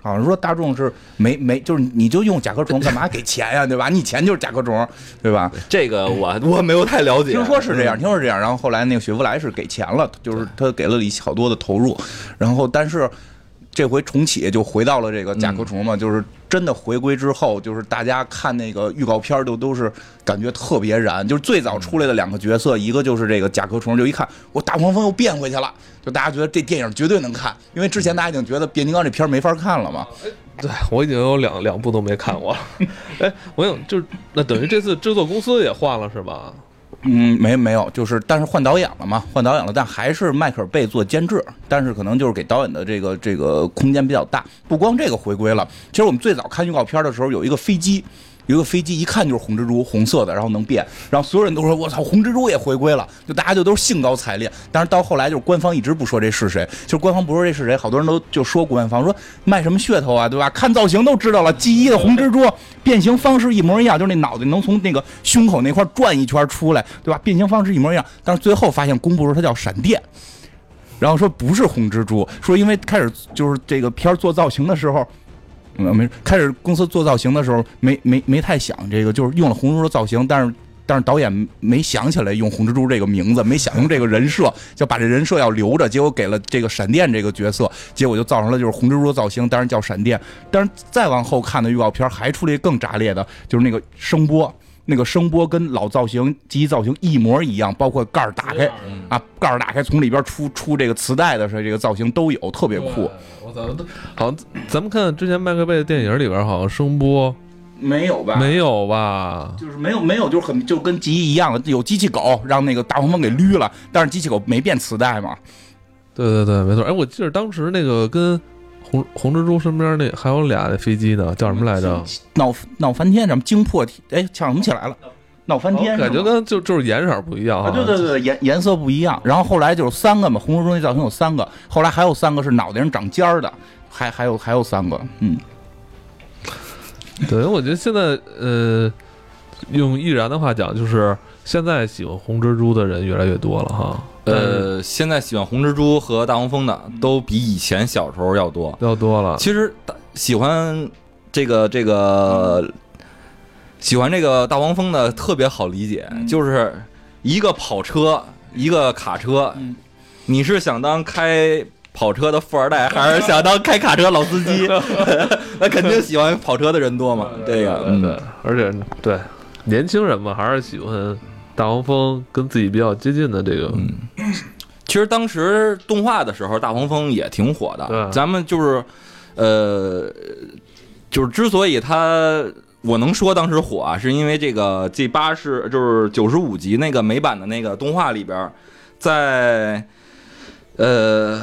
S2: 好像说大众是没没，就是你就用甲壳 虫，干嘛给钱呀、对吧？你钱就是甲壳虫，对吧？
S3: 这个我我没有太了解，啊嗯
S2: 听说是这样，听说是这样。然后后来那个雪佛兰是给钱了，就是他给了一好多的投入，然后但是这回重启就回到了这个甲壳
S3: 嗯
S2: 虫嘛，就是真的回归之后，就是大家看那个预告片儿都都是感觉特别燃，就是最早出来的两个角色，一个就是这个甲壳虫，就一看我大黄蜂又变回去了，就大家觉得这电影绝对能看，因为之前大家已经觉得变形金刚这片儿没法看了嘛。
S1: 对，我已经有两两部都没看过了。 哎，我想就是那等于这次制作公司也换了是吧？
S2: 嗯，没没有，就是但是换导演了嘛，换导演了，但还是迈克尔贝做监制，但是可能就是给导演的这个这个空间比较大。不光这个回归了，其实我们最早看预告片的时候有一个飞机。有一个飞机，一看就是红蜘蛛，红色的，然后能变，然后所有人都说：“我操，红蜘蛛也回归了！”就大家就都兴高采烈。但是到后来，就是官方一直不说这是谁，就是官方不说这是谁，好多人都就说官方说卖什么噱头啊，对吧？看造型都知道了，G 一的红蜘蛛变形方式一模一样，就是那脑袋能从那个胸口那块转一圈出来，对吧？变形方式一模一样，但是最后发现公布的时候它叫闪电，然后说不是红蜘蛛，说因为开始就是这个片儿做造型的时候。嗯，没事。开始公司做造型的时候，没没没太想这个，就是用了红蜘蛛的造型，但是但是导演没想起来用红蜘蛛这个名字，没想用这个人设，就把这人设要留着，结果给了这个闪电这个角色，结果就造成了就是红蜘蛛的造型，当然叫闪电。但是再往后看的预告片还出了一个更炸裂的，就是那个声波。那个声波跟老造型、机造型一模一样，包括盖儿打开啊，盖儿打开从里边出出这个磁带的时候，这个造型都有，特别酷。
S1: 我操！好像咱们看之前麦克贝的电影里边，好像声波
S2: 没有吧
S1: 没有吧？
S2: 就是没有没有，就是很就跟极一一样了，有机器狗让那个大黄蜂给捋了，但是机器狗没变磁带嘛。
S1: 对对对，没错。哎，我记得当时那个跟红红蜘蛛身边那还有俩那飞机呢，叫什么来着？
S2: 闹闹翻天，咱们惊破天，哎，想不起来了，闹翻天
S1: 哦
S2: 是吗、
S1: 感觉跟就就是颜色不一样
S2: 啊，
S1: 啊。
S2: 对对对，对颜颜色不一样。然后后来就是三个嘛，红蜘蛛那造型有三个，后来还有三个是脑袋上长尖儿的，还还有还有三个，嗯，
S1: 对，我觉得现在呃，用易燃的话讲，就是现在喜欢红蜘蛛的人越来越多了哈。呃，
S3: 呃，现在喜欢红蜘蛛
S2: 嗯
S3: 和大黄蜂的都比以前小时候要多。
S1: 啊要多了。
S3: 呃其实大喜欢这个这个喜欢这个大黄蜂的特别好理解，
S1: 嗯
S3: 就是一个跑车，一个卡车。
S2: 嗯
S3: 你是想当开跑车的富二代，还是想当开卡车老司机？ 那肯定喜欢跑车的人多嘛。这个，
S1: 对对
S3: 嗯，，
S1: 而且对年轻人嘛，还是喜欢大黄蜂跟自己比较接近的这个，
S3: 嗯其实当时动画的时候，大黄蜂也挺火的。
S1: 对
S3: 咱们就是，呃，就是之所以它我能说当时火啊，是因为这个 G 八是就是九十五集那个美版的那个动画里边儿，在呃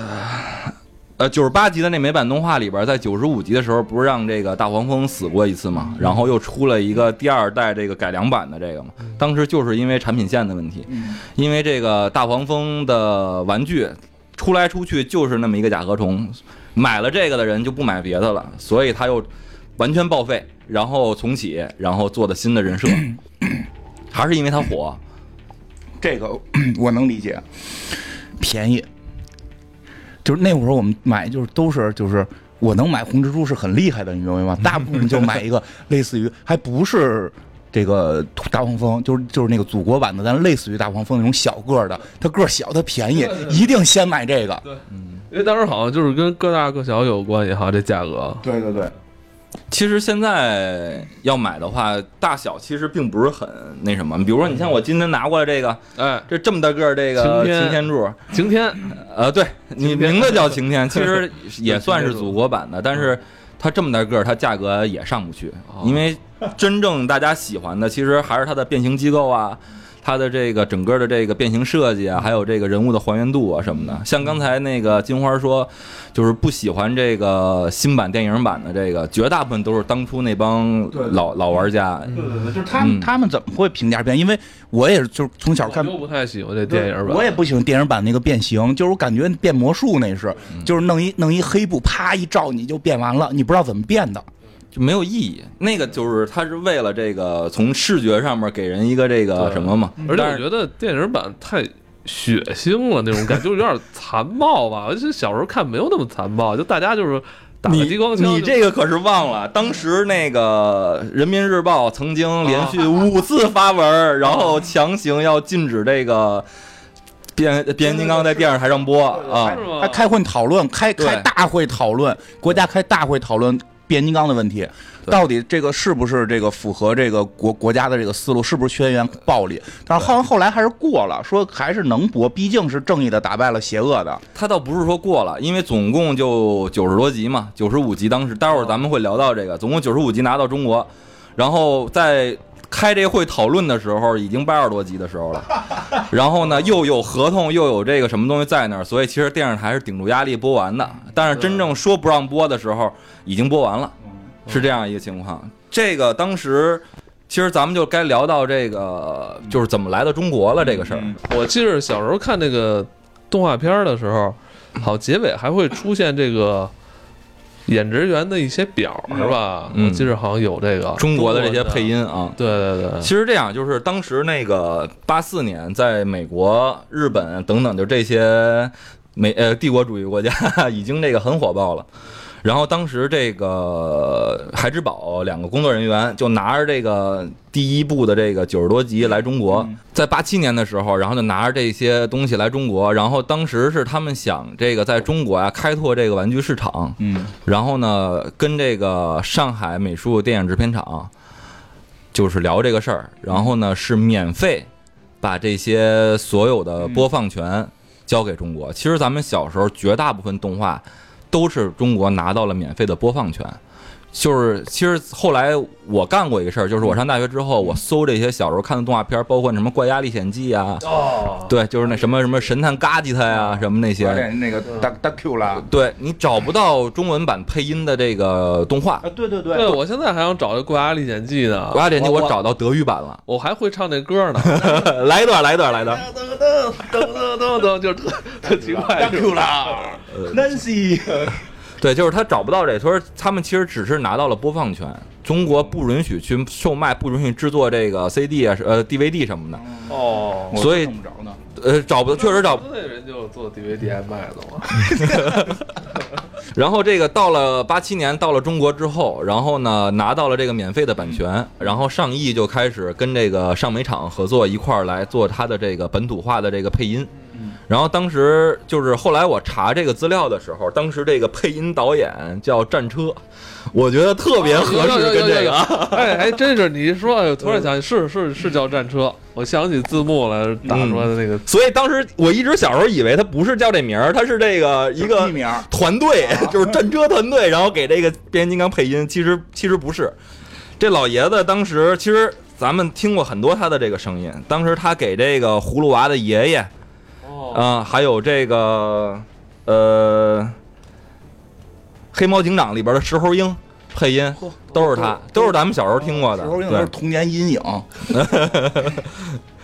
S3: 呃九十八集的那美版动画里边儿，在九十五集的时候不是让这个大黄蜂死过一次嘛，然后又出了一个第二代这个改良版的这个嘛，当时就是因为产品线的问题。因为这个大黄蜂的玩具出来出去就是那么一个甲壳虫，买了这个的人就不买别的了，所以他又完全报废，然后重启，然后做的新的人设，还是因为它火。
S2: 这个 我能理解，便宜。就是那会儿我们买，就是都是就是我能买红蜘蛛是很厉害的，你明白吗？大部分人就买一个类似于还不是这个大黄蜂，就是就是那个祖国版的，但类似于大黄蜂那种小个儿的，它个儿小，它便宜，一定先买这个。
S1: 因为当时好像就是跟各大各小有关系哈，这价格。
S2: 对对对，
S3: 其实现在要买的话，大小其实并不是很那什么。比如说，你像我今天拿过来这个，
S1: 哎，
S3: 这这么大个儿这个
S1: 擎天
S3: 擎天柱，
S1: 晴天，
S3: 呃，对你
S1: 晴天啊
S3: 名字叫晴天，其 实也算是祖国版的，但是它这么大个儿，它价格也上不去，
S1: 嗯哦
S3: 因为真正大家喜欢的，其实还是它的变形机构啊，它的这个整个的这个变形设计啊，还有这个人物的还原度啊什么的。像刚才那个金花说，就是不喜欢这个新版电影版的这个，绝大部分都是当初那帮
S2: 对
S3: 老老玩家。
S1: 嗯
S2: 对对对，就是他们、
S3: 嗯
S2: 他们怎么会评价便宜？因为我也是就是从小
S1: 我
S2: 看
S1: 就不太喜欢这电影版。
S2: 我也不喜欢电影版那个变形，就是我感觉变魔术那是，
S3: 嗯
S2: 就是弄一弄一黑布，啪一照你就变完了，你不知道怎么变的。
S3: 就没有意义，那个就是它是为了这个从视觉上面给人一个这个什么嘛，
S1: 而且
S3: 但是
S1: 我觉得电影版太血腥了，那种感觉就有点残暴吧。而且小时候看没有那么残暴，就大家就是打个
S3: 你
S1: 激光枪就。
S3: 你这个可是忘了，当时那个《人民日报》曾
S1: 啊
S3: 经连续五次发文儿，然后强行要禁止这个变变形金刚在电视台上播啊
S1: 是。
S2: 还
S1: 吗？
S2: 开会讨论，开
S3: 对
S2: 开大会讨论，国家开大会讨论变形金刚的问题，
S3: 对
S2: 到底这个是不是这个符合这个国国家的这个思路，是不是宣言暴力？但是后后来还是过了，说还是能播，毕竟是正义的打败了邪恶的。
S3: 他倒不是说过了，因为总共就九十多集嘛，九十五集当时，待会儿咱们会聊到这个，总共九十五集拿到中国，然后在开这会讨论的时候，已经八十多集的时候了，然后呢又有合同又有这个什么东西在那儿，所以其实电视台是顶住压力播完的，但是真正说不让播的时候，已经播完了，是这样一个情况。这个当时。其实咱们就该聊到这个，就是怎么来到中国了这个事儿。
S1: 我记着小时候看那个动画片儿的时候，
S3: 嗯
S1: 好结尾还会出现这个演职员的一些表儿是吧？
S3: 嗯
S1: 我记着好像有这个
S3: 啊中国的这些配。
S1: 中
S3: 音啊，
S1: 文的对对对，
S3: 其实这样，就是当时那个八四年，在美国、日本等等，就这些美呃帝国主义国家已经这个很火爆了。然后当时这个海之宝两个工作人员就拿着这个第一部的这个九十多集来中国，在八七年的时候，然后就拿着这些东西来中国。然后当时是他们想这个在中国啊开拓这个玩具市场，
S2: 嗯，
S3: 然后呢，跟这个上海美术电影制片厂就是聊这个事儿，然后呢是免费把这些所有的播放权交给中国。其实咱们小时候绝大部分动画都是中国拿到了免费的播放权。就是，其实后来我干过一个事儿，就是我上大学之后，我搜这些小时候看的动画片儿，包括什么《怪鸭历险记》啊，
S1: 哦，
S3: 对，就是那什么什么神探嘎吉他呀，什么那些，
S2: 那个大大 Q 啦。
S3: 对你找不到中文版配音的这个动画，
S2: 啊，对对对
S1: 对我现在还想找这《怪鸭历险记》呢
S3: 《国，家联记》
S2: 我
S3: 我找到德语版了，
S1: 我还会唱这歌呢。
S3: 来一段，来一段，来一段。
S1: 噔噔噔噔噔，就是特 特奇怪，是吧
S3: 啊
S2: 啦，Nancy，
S3: 对，就是他找不到这，他说他们其实只是拿到了播放权，中国不允许去售卖，不允许制作这个 CD 啊、呃 DVD 什么的，
S1: 哦
S3: 所以
S2: 我弄不着呢。
S3: 呃，找不到，确实找不。
S1: 那人就做 DVD 还卖的嘛。
S3: 然后这个到了八七年到了中国之后，然后呢拿到了这个免费的版权，然后上艺就开始跟这个上美厂合作一块儿来做它的这个本土化的这个配音。然后当时就是后来我查这个资料的时候，当时这个配音导演叫战车，我觉得特别合
S1: 啊
S3: 适跟这个。
S1: 哎哎，真是你一说，哎，我突然想起，是是是叫战车，我想起字幕来打
S3: 嗯
S1: 出来的那个。
S3: 所以当时我一直小时候以为他不是叫这名儿，他是这个一个
S2: 艺名儿
S3: 团队， 就是战车团队，然后给这个变形金刚配音。其实其实不是，这老爷子当时其实咱们听过很多他的这个声音，当时他给这个葫芦娃的爷爷啊、
S1: 哦，
S3: 还有这个呃黑猫警长里边的石猴鹰配音
S2: 嚯
S3: 哦都是他，都是咱们小时候听过的。
S2: 时候有
S3: 对
S2: 点童年阴影，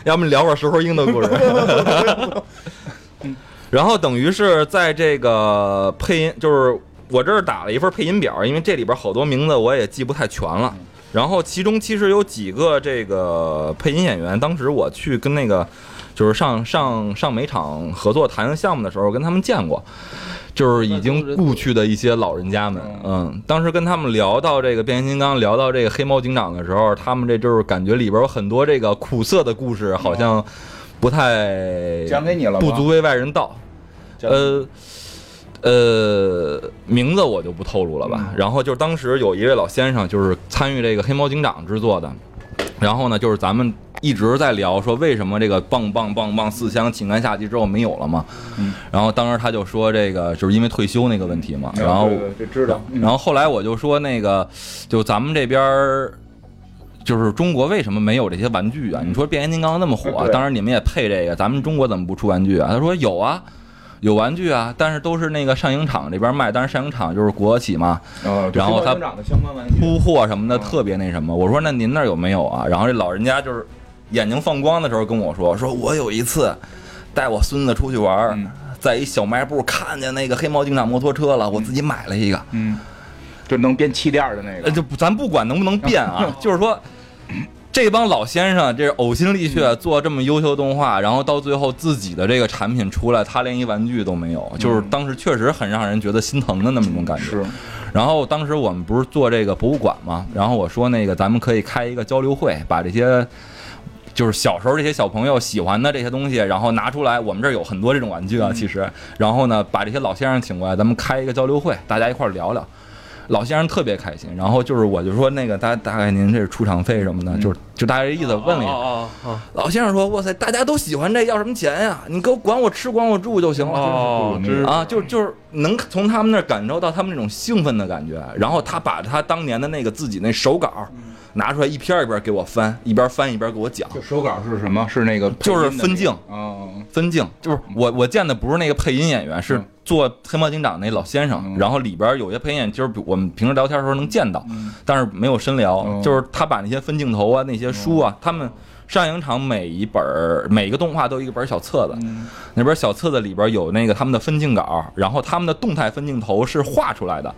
S3: 要么聊会儿石猴鹰的 故事。然后等于是在这个配音，就是我这儿打了一份配音表，因为这里边好多名字我也记不太全了。然后其中其实有几个这个配音演员，当时我去跟那个就是上上上美厂合作谈项目的时候，跟他们见过，就是已经故去的一些老人家们。嗯，当时跟他们聊到这个变形金刚，聊到这个黑猫警长的时候，他们这就是感觉里边有很多这个苦涩的故事，好像不太
S2: 讲给你了吗
S3: 不足为外人道。
S2: 讲
S3: 呃。呃，名字我就不透露了
S2: 嗯
S3: 吧。然后就是当时有一位老先生，就是参与这个《黑猫警长》制作的，然后呢，就是咱们一直在聊说为什么这个棒棒棒棒四箱请安下集之后没有了嘛。
S2: 嗯
S3: 然后当时他就说这个就是因为退休那个问题
S2: 啊
S3: 嘛。然后，
S2: 这知道，
S3: 然后后来我就说那个，就咱们这边儿。就是中国为什么没有这些玩具啊？你说变形金刚那么火，
S2: 嗯
S3: 啊
S2: 对
S3: 当然你们也配这个，咱们中国怎么不出玩具啊？他说有啊，有玩具啊，但是都是那个上影厂这边卖，但是上影厂就是国企嘛，
S2: 啊
S3: 然后他
S2: 长的相关玩具
S3: 铺货什么的
S2: 嗯
S3: 特别那什么。我说那您那儿有没有啊？然后这老人家就是眼睛放光的时候跟我说，说我有一次带我孙子出去玩儿
S2: 嗯，
S3: 在一小卖部看见那个黑猫警长摩托车了，我自己买了一个。
S2: 嗯，就能变气垫儿的那
S3: 呃，
S2: 个，
S3: 就不咱不管能不能变 啊，就是说。这帮老先生，这是呕心沥
S2: 嗯
S3: 血做这么优秀动画，然后到最后自己的这个产品出来，他连一玩具都没有，就是
S2: 嗯
S3: 当时确实很让人觉得心疼的那么一种感觉。
S2: 是，
S3: 然后当时我们不是做这个博物馆嘛，然后我说那个咱们可以开一个交流会，把这些就是小时候这些小朋友喜欢的这些东西，然后拿出来。我们这儿有很多这种玩具
S1: 嗯
S3: 啊，其实，然后呢，把这些老先生请过来，咱们开一个交流会，大家一块儿聊聊。老先生特别开心，然后就是我就说那个大大概您这是出场费什么的，就是就大概这意思问了一下。
S1: 嗯哦哦哦
S3: 老先生说：“哇塞，大家都喜欢这，要什么钱呀？你给我管我吃管我住就行了。
S1: 哦，真是
S3: 啊，就就是能从他们那儿感受到他们那种兴奋的感觉。然后他把他当年的那个自己那手稿拿出来，一篇一篇给我翻，一边翻一边给我讲
S2: 就手稿是什么？是那 个
S3: 就是分镜
S2: 啊，
S3: 分镜。就是我我见的不是那个配音演员，是
S2: 嗯
S3: 做黑猫警长那老先生。
S2: 嗯
S3: 然后里边有些配音演，就是我们平时聊天的时候能见到，
S2: 嗯
S3: 但是没有深聊。
S2: 嗯
S3: 就是他把那些分镜头啊、那些书啊，他们上影厂每一本儿每个动画都有一本小册子，
S2: 嗯
S3: 那边小册子里边有那个他们的分镜稿，然后他们的动态分镜头是画出来的，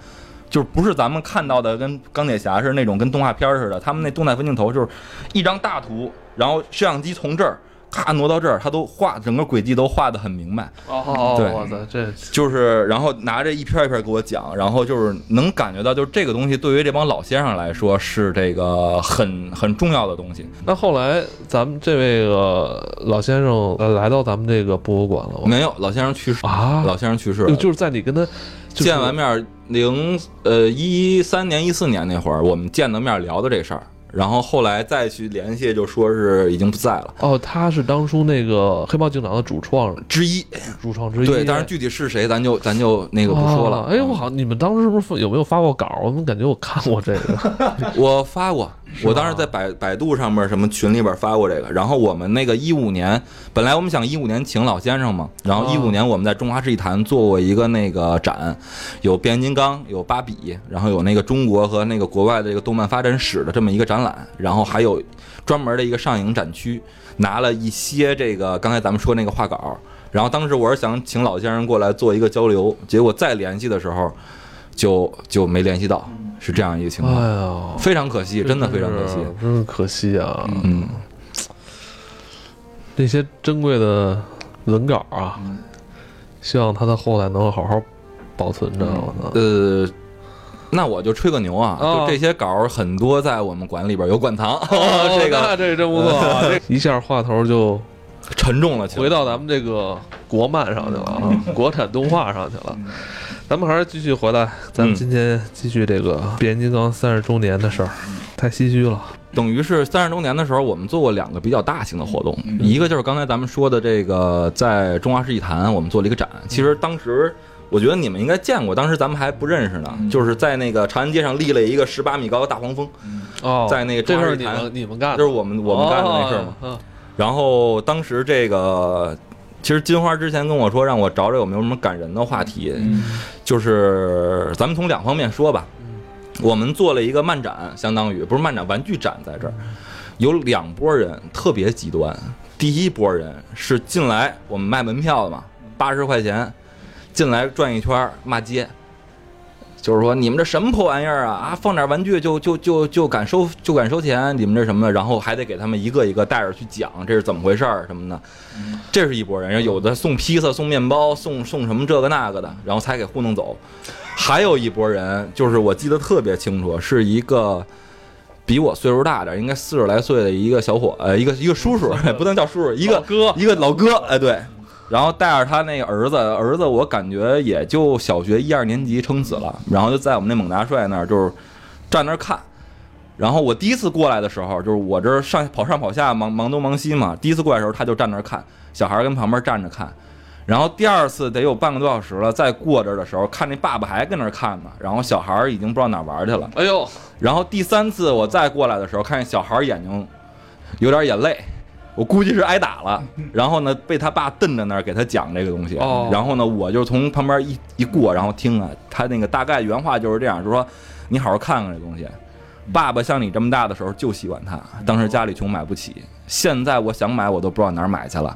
S3: 就是不是咱们看到的跟钢铁侠是那种跟动画片似的，他们那动态分镜头就是一张大图，然后摄像机从这儿咔挪到这儿，他都画整个轨迹都画得很明白，
S1: 哦哦，
S3: 对
S1: 我操，这
S3: 就是然后拿着一篇一篇给我讲，然后就是能感觉到，就是这个东西对于这帮老先生来说是这个很很重要的东西。
S1: 那后来咱们这位个老先生呃来到咱们这个博物馆了吗？
S3: 没有老先生去世，
S1: 啊，
S3: 嗯老先生去世了
S1: 就，就是在你跟他就是
S3: 见完面儿零呃一三年一四年那会儿，我们见的面儿聊的这事儿，然后后来再去联系，就说是已经不在了。
S1: 哦，他是当初那个黑猫警长的主创
S3: 之一，
S1: 主创之一。
S3: 对，但是具体是谁，咱就咱就那
S1: 这
S3: 个不说了。嗯
S1: 哎，我好，你们当时是不是有没有发过稿？我怎么感觉我看过这 个？
S3: 我发过，
S1: 吗
S3: 我当时在百百度上面什么群里边发过这个。然后我们那个一五年，本来我们想一五年请老先生嘛，然后
S1: 哦
S3: 一五年我们在中华世纪坛做过一个那个展，有变形金刚，有芭比，然后有那个中国和那个国外的这个动漫发展史的这么一个展览，然后还有专门的一个上影展区，拿了一些这个刚才咱们说那个画稿。然后当时我是想请老先生过来做一个交流，结果再联系的时候就就没联系到，是这样一个情
S1: 哎
S3: 况。
S1: 呀，
S3: 非常可惜，真的非常可惜。
S1: 是，哎真是可惜啊！
S3: 嗯，
S1: 那嗯些珍贵的文稿啊，希望他的后代能够好好保存着。我操，
S3: 呃，那我就吹个牛啊，
S1: 哦
S3: 就这些稿儿很多在我们馆里边有馆藏，
S1: 哦
S3: 这
S1: 那
S3: 个
S1: 这真不错啊，这一下话头就
S3: 沉重了起来。
S1: 回到咱们这个国漫上去了啊，国产动画上去了。咱们还是继续回来，咱们今天继续这个变形金刚三十周年的事儿，太唏嘘了。
S3: 等于是三十周年的时候，我们做过两个比较大型的活动，
S1: 嗯
S3: 一个就是刚才咱们说的这个，在中华世纪坛我们做了一个展。
S1: 嗯
S3: 其实当时我觉得你们应该见过，当时咱们还不认识呢，
S1: 嗯
S3: 就是在那个长安街上立了一个十八米高的大黄蜂，
S1: 哦，
S3: 在那个
S1: 这
S3: 中
S1: 事
S3: 华
S1: 儿
S3: 日
S1: 你
S3: 坛
S1: 们你们干的，哦
S3: 就是我们我们干的那事儿嘛。
S1: 嘛。
S3: 然后当时这个，其实金花之前跟我说让我找找有没有什么感人的话题，就是咱们从两方面说吧。我们做了一个漫展，相当于不是漫展，玩具展在这儿，有两拨人特别极端。第一拨人是进来，我们卖门票的嘛，八十块钱进来转一圈儿骂街，就是说你们这什么破玩意儿啊啊，放点玩具就就就就敢收就敢收钱，你们这什么的，然后还得给他们一个一个带着去讲这是怎么回事儿什么的，这是一拨人，然后有的送披萨、送面包、送送什么这个那个的，然后才给糊弄走。还有一拨人，就是我记得特别清楚，是一个比我岁数大点儿，应该四十来岁的一个小伙，呃，一个一个叔叔，不能叫叔叔，一个
S1: 老哥
S3: 一个老哥，哎，对。然后带着他那个儿子，儿子我感觉也就小学一二年级撑死了，然后就在我们那猛大帅那儿就是站那儿看。然后我第一次过来的时候，就是我这儿上跑上跑下，忙忙东忙西嘛。第一次过来的时候，他就站那儿看，小孩儿跟旁边站着看。然后第二次得有半个多小时了，再过这儿的时候，看那爸爸还跟那儿看呢，然后小孩儿已经不知道哪儿玩去了。
S1: 哎呦，
S3: 然后第三次我再过来的时候，看见小孩儿眼睛有点眼泪，我估计是挨打了。然后呢，被他爸瞪着那儿给他讲这个东西。
S1: 哦
S3: 然后呢，我就从旁边一一过，然后听啊，他那个大概原话就是这样，就说你好好看看这东西。爸爸像你这么大的时候就喜欢它，当时家里穷买不起，现在我想买我都不知道哪儿买去了。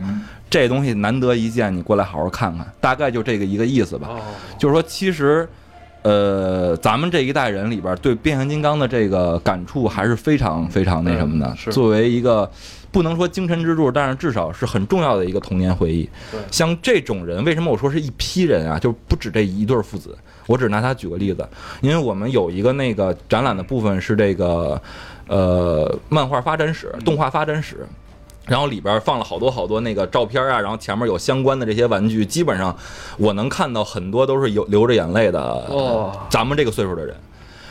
S3: 这东西难得一见，你过来好好看看，大概就这个一个意思吧。
S1: 哦，
S3: 就是说，其实，呃，咱们这一代人里边儿对变形金刚的这个感触还是非常非常那什么的
S1: 嗯。是
S3: 作为一个不能说精神支柱，但是至少是很重要的一个童年回忆
S1: 对。
S3: 像这种人，为什么我说是一批人啊？就不止这一对儿父子。我只拿他举个例子，因为我们有一个那个展览的部分是这个，呃，漫画发展史、动画发展史。然后里边放了好多好多那个照片啊，然后前面有相关的这些玩具，基本上我能看到很多都是有流着眼泪的，
S1: 哦
S3: 咱们这个岁数的人，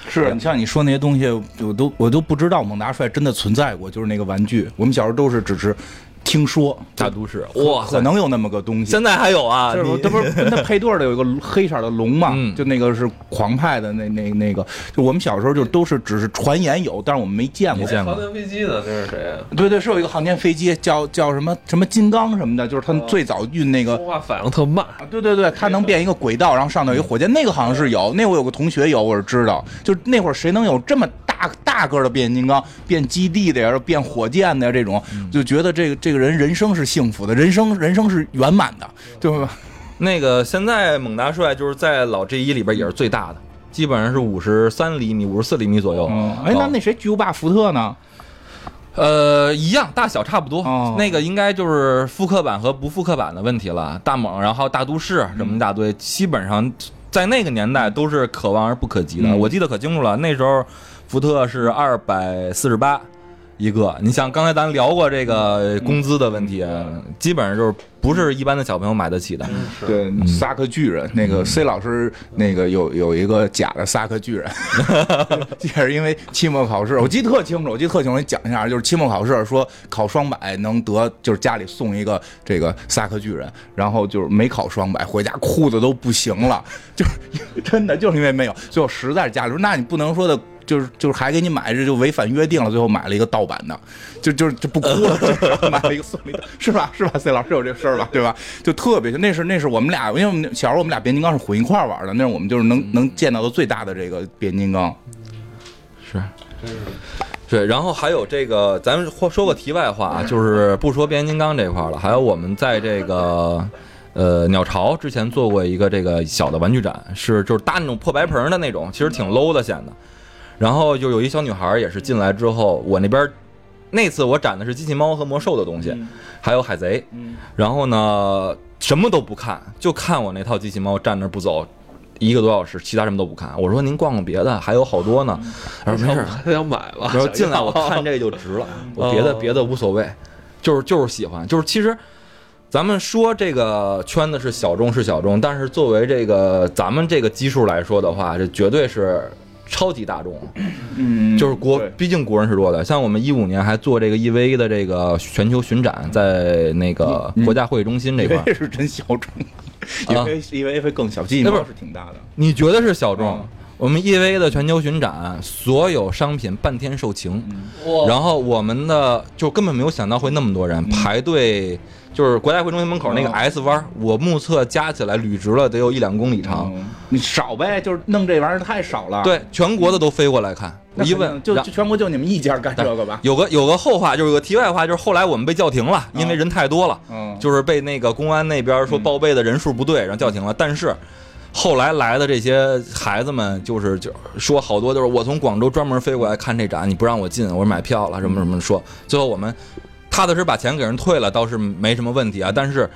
S2: 是啊你像你说那些东西，我都我都不知道猛大帅真的存在过，就是那个玩具，我们小时候都是只是听说，
S3: 大都市，哇
S2: 可
S3: 塞，
S2: 能有那么个东西。
S3: 现在还有啊，
S2: 就是
S3: 你
S2: 这不是 那配对儿的有一个黑色的龙嘛，
S3: 嗯
S2: 就那个是狂派的那那那个，就我们小时候就都是只是传言有，但是我们没见过
S3: 没。见
S1: 航
S3: 过
S1: 天飞机呢？这是谁？啊
S2: 对对，是有一个航天飞机叫叫什么什么金刚什么的，就是他们最早运那个
S1: 说话反应特慢。
S2: 啊，对对对，它能变一个轨道，然后上到一个火箭，那个好像是有，那我有个同学有，我是知道，就那会儿谁能有这么大大个儿的变形金刚，变基地的呀，变火箭的呀，这种嗯就觉得这个这个人人生是幸福的，人生人生是圆满的，对吧？
S3: 那个现在猛大帅就是在老 G 一里边也是最大的，基本上是五十三厘米、五十四厘米左右。哦
S2: 嗯，哎，那那谁巨无霸福特呢？
S3: 呃一样大小差不多，
S2: 哦
S3: 那个应该就是复刻版和不复刻版的问题了。大猛，然后大都市什么一大堆，基本上在那个年代都是可望而不可及的。
S2: 嗯
S3: 我记得可清楚了，那时候福特是二百四十八。一个，你像刚才咱聊过这个工资的问题，
S2: 嗯
S3: 基本上就是不是一般的小朋友买得起的。
S2: 对，萨克巨人，那个 C 老师那个有有一个假的萨克巨人，也是因为期末考试，我记得特清楚，我记得特清楚，我给你讲一下，就是期末考试说考双百能得，就是家里送一个这个萨克巨人，然后就是没考双百，回家哭的都不行了，就是因为真的就是因为没有，最后实在是家里说，那你不能说的。就是就是还给你买，这就违反约定了。最后买了一个盗版的，就就就不哭 了，就是买了一个送了一个，是吧？是吧？C 老师有这事儿吧？对吧？就特别那是那是我们俩，因为我们小时候我们俩变形金刚是混一块儿玩的，那是我们就是能能见到的最大的这个变形金刚。
S3: 是，对，然后还有这个，咱们说说个题外话啊，就是不说变形金刚这块儿了，还有我们在这个呃鸟巢之前做过一个这个小的玩具展，是就是搭那种破白棚的那种，其实挺 low 的显得。然后就有一小女孩儿也是进来之后，我那边儿那次我展的是机器猫和魔兽的东西，还有海贼，然后呢什么都不看，就看我那套机器猫站那儿不走，一个多小时，其他什么都不看。我说您逛逛别的，还有好多呢。他说没事儿，
S1: 还想买了，
S3: 然后进来我
S1: 想要
S3: 看这就值 了，我别的
S1: 哦
S3: 别的无所谓，就是就是喜欢，就是其实。咱们说这个圈子是小众是小众，但是作为这个咱们这个基数来说的话，这绝对是超级大众。
S2: 嗯
S3: 就是国
S2: 对，
S3: 毕竟国人是多的。像我们一五年还做这个 EVA 的这个全球巡展，在那个
S2: 嗯
S3: 国家会议中心这
S2: 以
S3: 块
S2: 为
S3: 儿，
S2: 是真小众，
S3: 啊
S2: 因为因为会更小，鸡
S3: 那
S2: 毛
S3: 不是
S2: 是挺大的。
S3: 你觉得是小众
S2: 嗯？
S3: 我们 EVA 的全球巡展，所有商品半天售罄，
S2: 嗯
S3: 然后我们的就根本没有想到会那么多人排队，就是国家会中心门口那个
S2: 嗯
S3: S 弯儿，我目测加起来捋直了得有一两公里长。
S2: 嗯你少呗，就是弄这玩意儿太少了。
S3: 对，全国的都飞过来看，
S2: 那肯
S3: 一
S2: 定，
S3: 问
S2: 就
S3: 然
S2: 就全国就你们一家干这个吧。
S3: 有个有个后话，就是有个题外话，就是后来我们被叫停了，因
S2: 嗯
S3: 为人太多了。
S2: 嗯，
S3: 就是被那个公安那边说报备的人数不对，然后叫停了。但是后来来的这些孩子们，就是就说好多就是我从广州专门飞过来看这展，你不让我进，我买票了什么什么说。最后我们踏踏实实把钱给人退了，倒是没什么问题啊。但是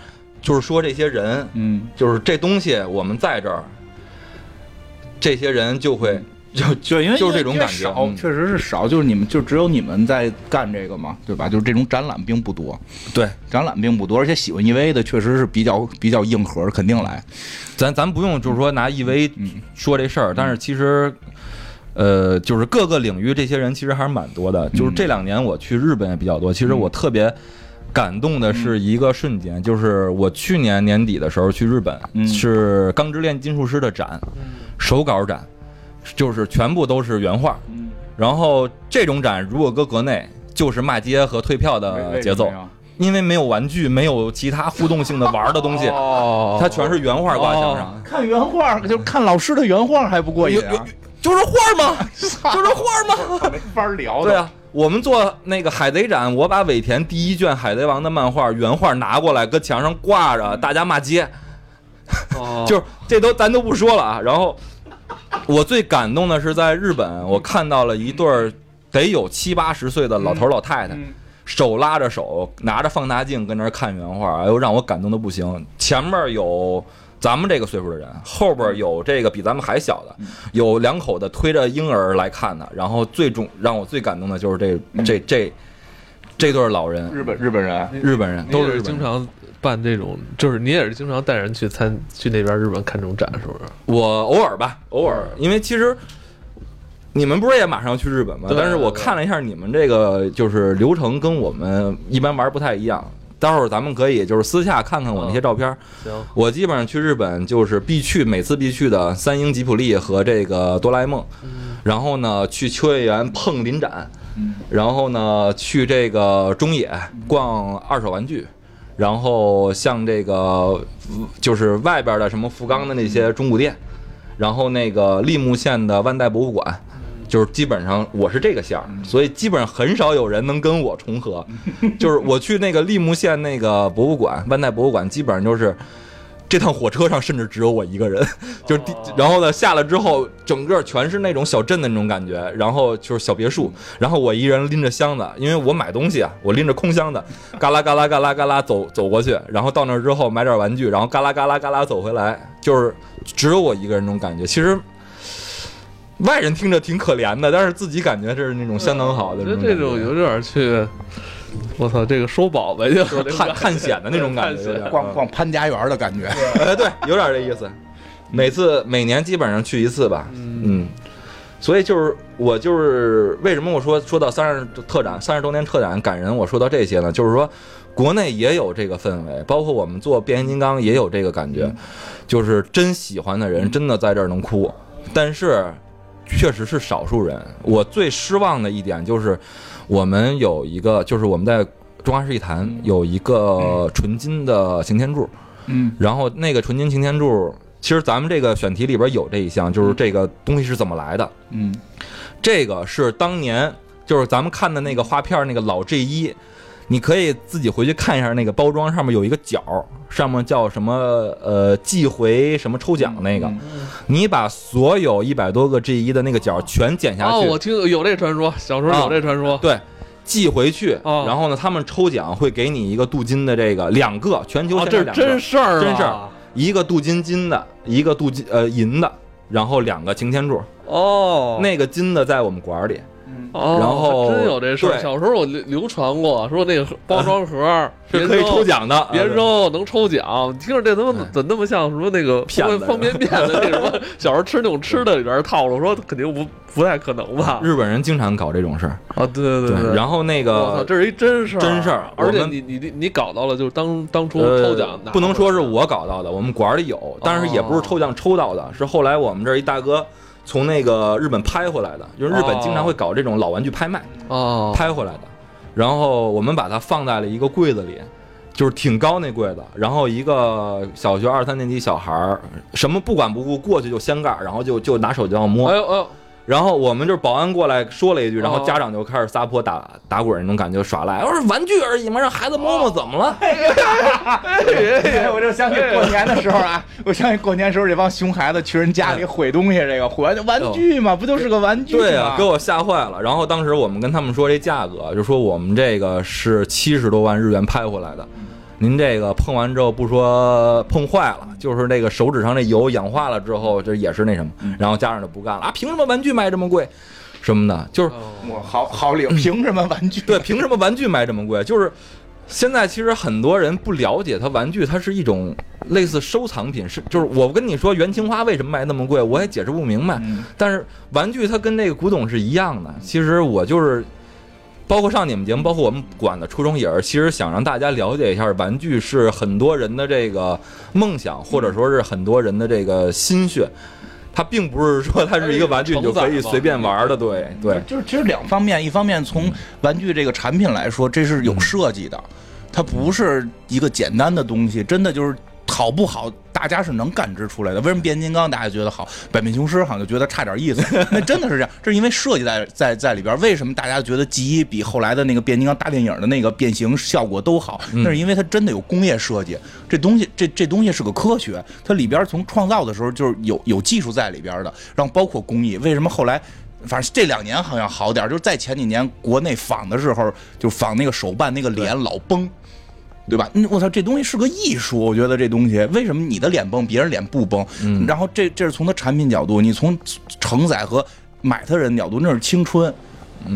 S3: 就是说这些人，
S2: 嗯，
S3: 就是这东西我们在这儿，这些人就会就
S2: 就因为
S3: 就是这种
S2: 因为
S3: 感觉
S2: 少
S3: 嗯
S2: 确实是少，就是你们就只有你们在干这个嘛，对吧？就是这种展览并不多，
S3: 对
S2: 展览并不多，而且喜欢 EVA 的确实是比较比较硬核，肯定来。
S3: 咱咱不用就是说拿 EV
S2: 嗯
S3: 说这事儿，但是其实，呃，就是各个领域这些人其实还是蛮多的。就是
S2: 嗯
S3: 这两年我去日本也比较多，其实我特别感动的
S2: 嗯
S3: 是一个瞬间，就是我去年年底的时候去日本，
S2: 嗯
S3: 是《钢之炼金术师》的展，手稿展，就是全部都是原画。
S2: 嗯，
S3: 然后这种展如果搁国内，就是骂街和退票
S2: 呃
S3: 的节奏，因为没有玩具，没有其他互动性的玩的东西，
S1: 哦，
S3: 它全是原画挂墙上。
S2: 看原画就是看老师的原画还不过瘾啊，
S3: 就是画吗？ 就是画 吗？
S2: 没法聊
S3: 对，啊，我们做那个海贼展，我把尾田第一卷《海贼王》的漫画原画拿过来，搁墙上挂着，大家骂街。
S1: 哦
S3: 就是这都咱都不说了啊。然后我最感动的是在日本，我看到了一对儿得有七八十岁的老头儿老太太。手拉着手，拿着放大镜跟那儿看原画，哎呦，让我感动的不行。前面有咱们这个岁数的人，后边有这个比咱们还小的，有两口子推着婴儿来看的。然后最重让我最感动的就是这这这这对儿老人，
S2: 日本日本人。
S3: 日本人
S1: 你
S3: 都
S1: 也
S3: 是日
S1: 是
S3: 本
S1: 经
S3: 人。
S1: 常办这种，就是你也是经常带人去参去那边日本看这种展，是不是？
S3: 我偶尔吧，偶尔，因为其实你们不是也马上要去日本吗？
S1: 对
S3: 但是我
S1: 对
S3: 看了一下你们这个就是流程跟我们一般玩儿不太一样，待会儿咱们可以就是私下看看我那些照片儿。
S1: 哦行，
S3: 我基本上去日本就是必去，每次必去的三英吉普力和这个哆啦 A 梦，
S1: 嗯
S3: 然后呢去秋叶原碰林展，然后呢去这个中野逛二手玩具，然后像这个就是外边的什么福冈的那些中古店，然后那个立木县的万代博物馆。就是基本上我是这个线儿，所以基本上很少有人能跟我重合。就是我去那个立木县那个博物馆，万代博物馆，基本上就是这趟火车上甚至只有我一个人，就是地，
S1: 哦
S3: 然后呢下了之后，整个全是那种小镇的那种感觉，然后就是小别墅，
S1: 嗯
S3: 然后我一人拎着箱子，因为我买东西啊，我拎着空箱子，嘎啦嘎啦嘎啦嘎啦走走过去，然后到那儿之后买点玩具，然后嘎啦嘎啦嘎啦走回来，就是只有我一个人那种感觉，其实。外人听着挺可怜的，但是自己感觉这是那种相当好的
S1: 嗯我
S3: 那
S1: 觉得
S3: 种感觉。
S1: 这种有点儿去，我操，这个收宝呗，就
S3: 就是探探险的那种感觉，有点嗯
S2: 逛逛潘家园的感觉，
S3: 哎，对，有点这意思。每次每年基本上去一次吧，嗯，所以就是我就是为什么我说说到三十特展三十周年特展感人，我说到这些呢，就是说国内也有这个氛围，包括我们做变形金刚也有这个感觉，就是真喜欢的人真的在这儿能哭，但是确实是少数人。我最失望的一点就是我们有一个，就是我们在中华世纪坛有一个纯金的擎天柱，
S2: 嗯，
S3: 然后那个纯金擎天柱，其实咱们这个选题里边有这一项，就是这个东西是怎么来的。
S2: 嗯，
S3: 这个是当年就是咱们看的那个画片儿那个老 G 一，你可以自己回去看一下那个包装上面有一个角儿，上面叫什么呃寄回什么抽奖那
S1: 嗯
S2: 嗯
S3: 个，你把所有一百多个 G 一的那个角儿全剪 下
S1: 哦，
S3: 去，
S1: 我听有这传说，小时
S3: 啊
S1: 候有这传说，
S3: 对。寄回去，
S1: 哦
S3: 然后呢，他们抽奖会给你一个镀金的这个两个，全球
S1: 哦，
S3: 限
S1: 这
S3: 量
S1: 是
S3: 两个
S1: 真事儿啊，
S3: 真事儿一个镀金金的，一个镀金呃银的，然后两个擎天柱，
S1: 哦，
S3: 那个金的在我们馆儿里，
S2: 嗯
S1: 哦，
S3: 然后
S1: 还真有这事儿。
S3: 对
S1: 小时候我流流传过，说那个盒包装盒儿
S3: 是可以抽，奖的，
S1: 别
S3: 啊
S1: 扔别。扔，能抽奖。听着这他妈怎么那么像什么那个
S3: 哎骗
S1: 方
S3: 子
S1: 方便 面的那什么小时候吃那种吃的里边儿套路，说肯定不不太可能吧
S3: 对？日本人经常搞这种事儿，
S1: 啊，对对对。
S3: 然后那
S1: 我操，
S3: 个
S1: 这是一真事儿，啊
S3: 真事儿
S1: 而且
S3: 我们
S1: 你你你你搞到了，就是当当初
S3: 呃
S1: 抽奖拿回来的，哦
S3: 不能说是我搞到的，我们馆儿里有，但是也不是抽奖抽到的，是后来我们这儿一大哥从那个日本拍回来的，就是日本经常会搞这种老玩具拍卖，
S1: 哦，
S3: 拍回来的，然后我们把它放在了一个柜子里，就是挺高那柜子，然后一个小学二三年级小孩儿，什么不管不顾过去就掀盖儿，然后就就拿手就要摸
S1: 哎，呦哎呦，
S3: 然后我们就是保安过来说了一句，然后
S1: 哦
S3: 家长就开始撒泼打打滚儿那种感觉耍赖，我说玩具而已嘛，让孩子摸摸怎么了？
S2: 哎，我就想起过年的时候啊，我想起过年时候这帮熊孩子去人家里毁东西，这个毁玩具嘛，不就是个玩具吗？
S3: 对啊，给我吓坏了。然后当时我们跟他们说这价格，就说我们这个是七十多万日元拍回来的，您这个碰完之后不说碰坏了，就是那个手指上那油氧化了之后，这也是那什么。然后家长就不干了啊，凭什么玩具卖这么贵，什么的，就是
S2: 我好好领，凭什么玩具？
S3: 对，凭什么玩具卖这么贵？就是现在其实很多人不了解它，玩具它是一种类似收藏品，是就是我跟你说元青花为什么卖那么贵，我也解释不明白。
S2: 嗯
S3: 但是玩具它跟那个古董是一样的，其实我就是。包括上你们节目，包括我们管的初衷也是，其实想让大家了解一下，玩具是很多人的这个梦想，或者说是很多人的这个心血，它并不是说它是一个玩具你就可以随便玩的，对对。嗯
S2: 就是其实两方面，一方面从玩具这个产品来说，这是有设计的，它不是一个简单的东西，真的就是。好不好，大家是能感知出来的。为什么变形金刚大家觉得好，百变雄狮好像就觉得差点意思？那真的是这样，这是因为设计在在在里边。为什么大家觉得 G 一比后来的那个变形金刚大电影的那个变形效果都好？那是因为它真的有工业设计，这东西这这东西是个科学，它里边从创造的时候就是有有技术在里边的，然后包括工艺。为什么后来反正这两年好像好点儿，就是在前几年国内仿的时候，就仿那个手办那个脸老崩，对吧？嗯我操，这东西是个艺术，我觉得这东西为什么你的脸崩，别人脸不崩？嗯，然后这这是从它产品角度，你从承载和买它人角度，那是青春。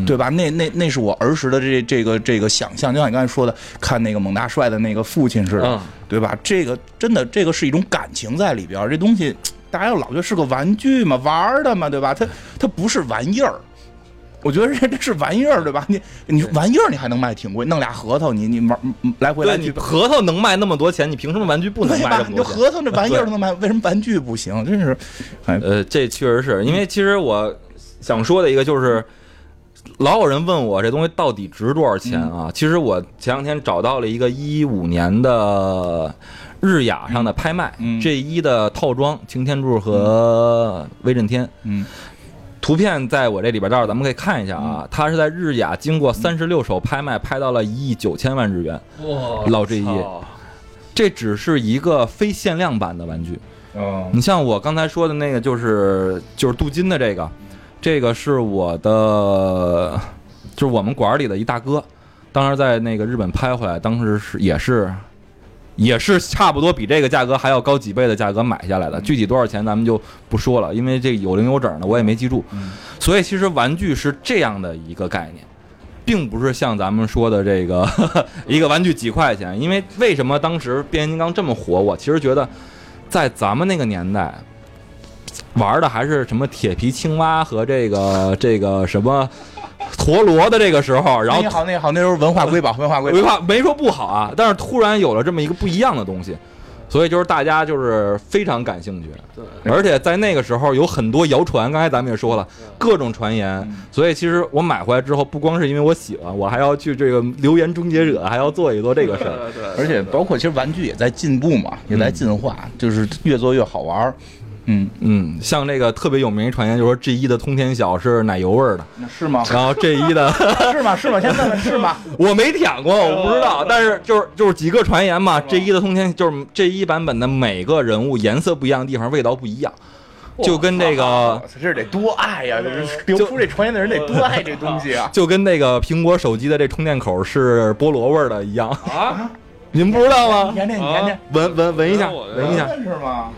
S2: 对吧？那那那是我儿时的这这个这个想象，就像你刚才说的，看那个猛大帅的那个父亲似的，
S1: 嗯
S2: 对吧？这个真的，这个是一种感情在里边儿。这东西大家又老觉得是个玩具嘛，玩儿的嘛，对吧？它它不是玩意儿。我觉得这这是玩意儿，对吧？你你玩意儿你还能卖挺贵，弄俩核桃你你玩嗯来回来
S3: 对
S2: 去
S3: 你核桃能卖那么多钱，你凭什么玩具不能
S2: 对
S3: 卖
S2: 吧
S3: 这？么
S2: 你
S3: 多
S2: 就
S3: 钱？
S2: 核桃这玩意儿都能卖，为什么玩具不行？真是，哎，
S3: 呃，这确实是因为其实我想说的一个就是，老有人问我这东西到底值多少钱
S2: 嗯
S3: 啊？其实我前两天找到了一个一五年的日雅上的拍卖、
S2: 嗯
S3: G 一的套装擎天柱和威震天。
S2: 嗯，
S3: 图片在我这里边，到时候咱们可以看一下
S2: 嗯
S3: 啊。它是在日雅经过三十六手拍卖，拍到了一亿九千万日元。
S1: 哇，
S3: 老这一
S1: 操
S3: 页这只是一个非限量版的玩具。
S2: 哦，
S3: 你像我刚才说的那个，就是就是镀金的这个，这个是我的，就是我们馆儿里的一大哥，当时在那个日本拍回来，当时是也是也是差不多比这个价格还要高几倍的价格买下来的，具体多少钱咱们就不说了，因为这有零有整的我也没记住。所以其实玩具是这样的一个概念。并不是像咱们说的这个 一个玩具几块钱，因为为什么当时变形金刚这么火？我其实觉得，在咱们那个年代，玩的还是什么铁皮青蛙和这个这个什么陀螺的这个时候，然后
S2: 那好，那好，那时候文化瑰宝，文化瑰
S3: 没
S2: 宝，
S3: 话没说不好啊，但是突然有了这么一个不一样的东西，所以就是大家就是非常感兴趣。
S1: 对
S3: 而且在那个时候有很多谣传，刚才咱们也说了各种传言，
S1: 嗯
S3: 所以其实我买回来之后，不光是因为我喜欢，我还要去这个留言终结者，还要做一做这个事儿。
S1: 对对，
S2: 而且包括其实玩具也在进步嘛，也在进化，就是越做越好玩儿。嗯，
S3: 嗯，像这个特别有名一传言，就说 G 一的通天晓是奶油味儿的，
S2: 是吗？
S3: 然后 G 一的
S2: 是吗？是吗？先问问是 吗？
S3: 我没舔过，我不知道，但是就是就是几个传言嘛。G 一的通天就是 G 一版本的每个人物颜色不一样的地方，味道不一样，就跟这个
S2: 这哦得多爱呀！流出这传言的人得多爱这 东西啊！
S3: 就跟那个苹果手机的这充电口是菠萝味儿的一样。
S1: 啊，
S4: 您不知道吗？
S2: 年年年年
S4: 闻闻闻一下，
S1: 哎我
S4: 闻一下。
S2: 认识吗？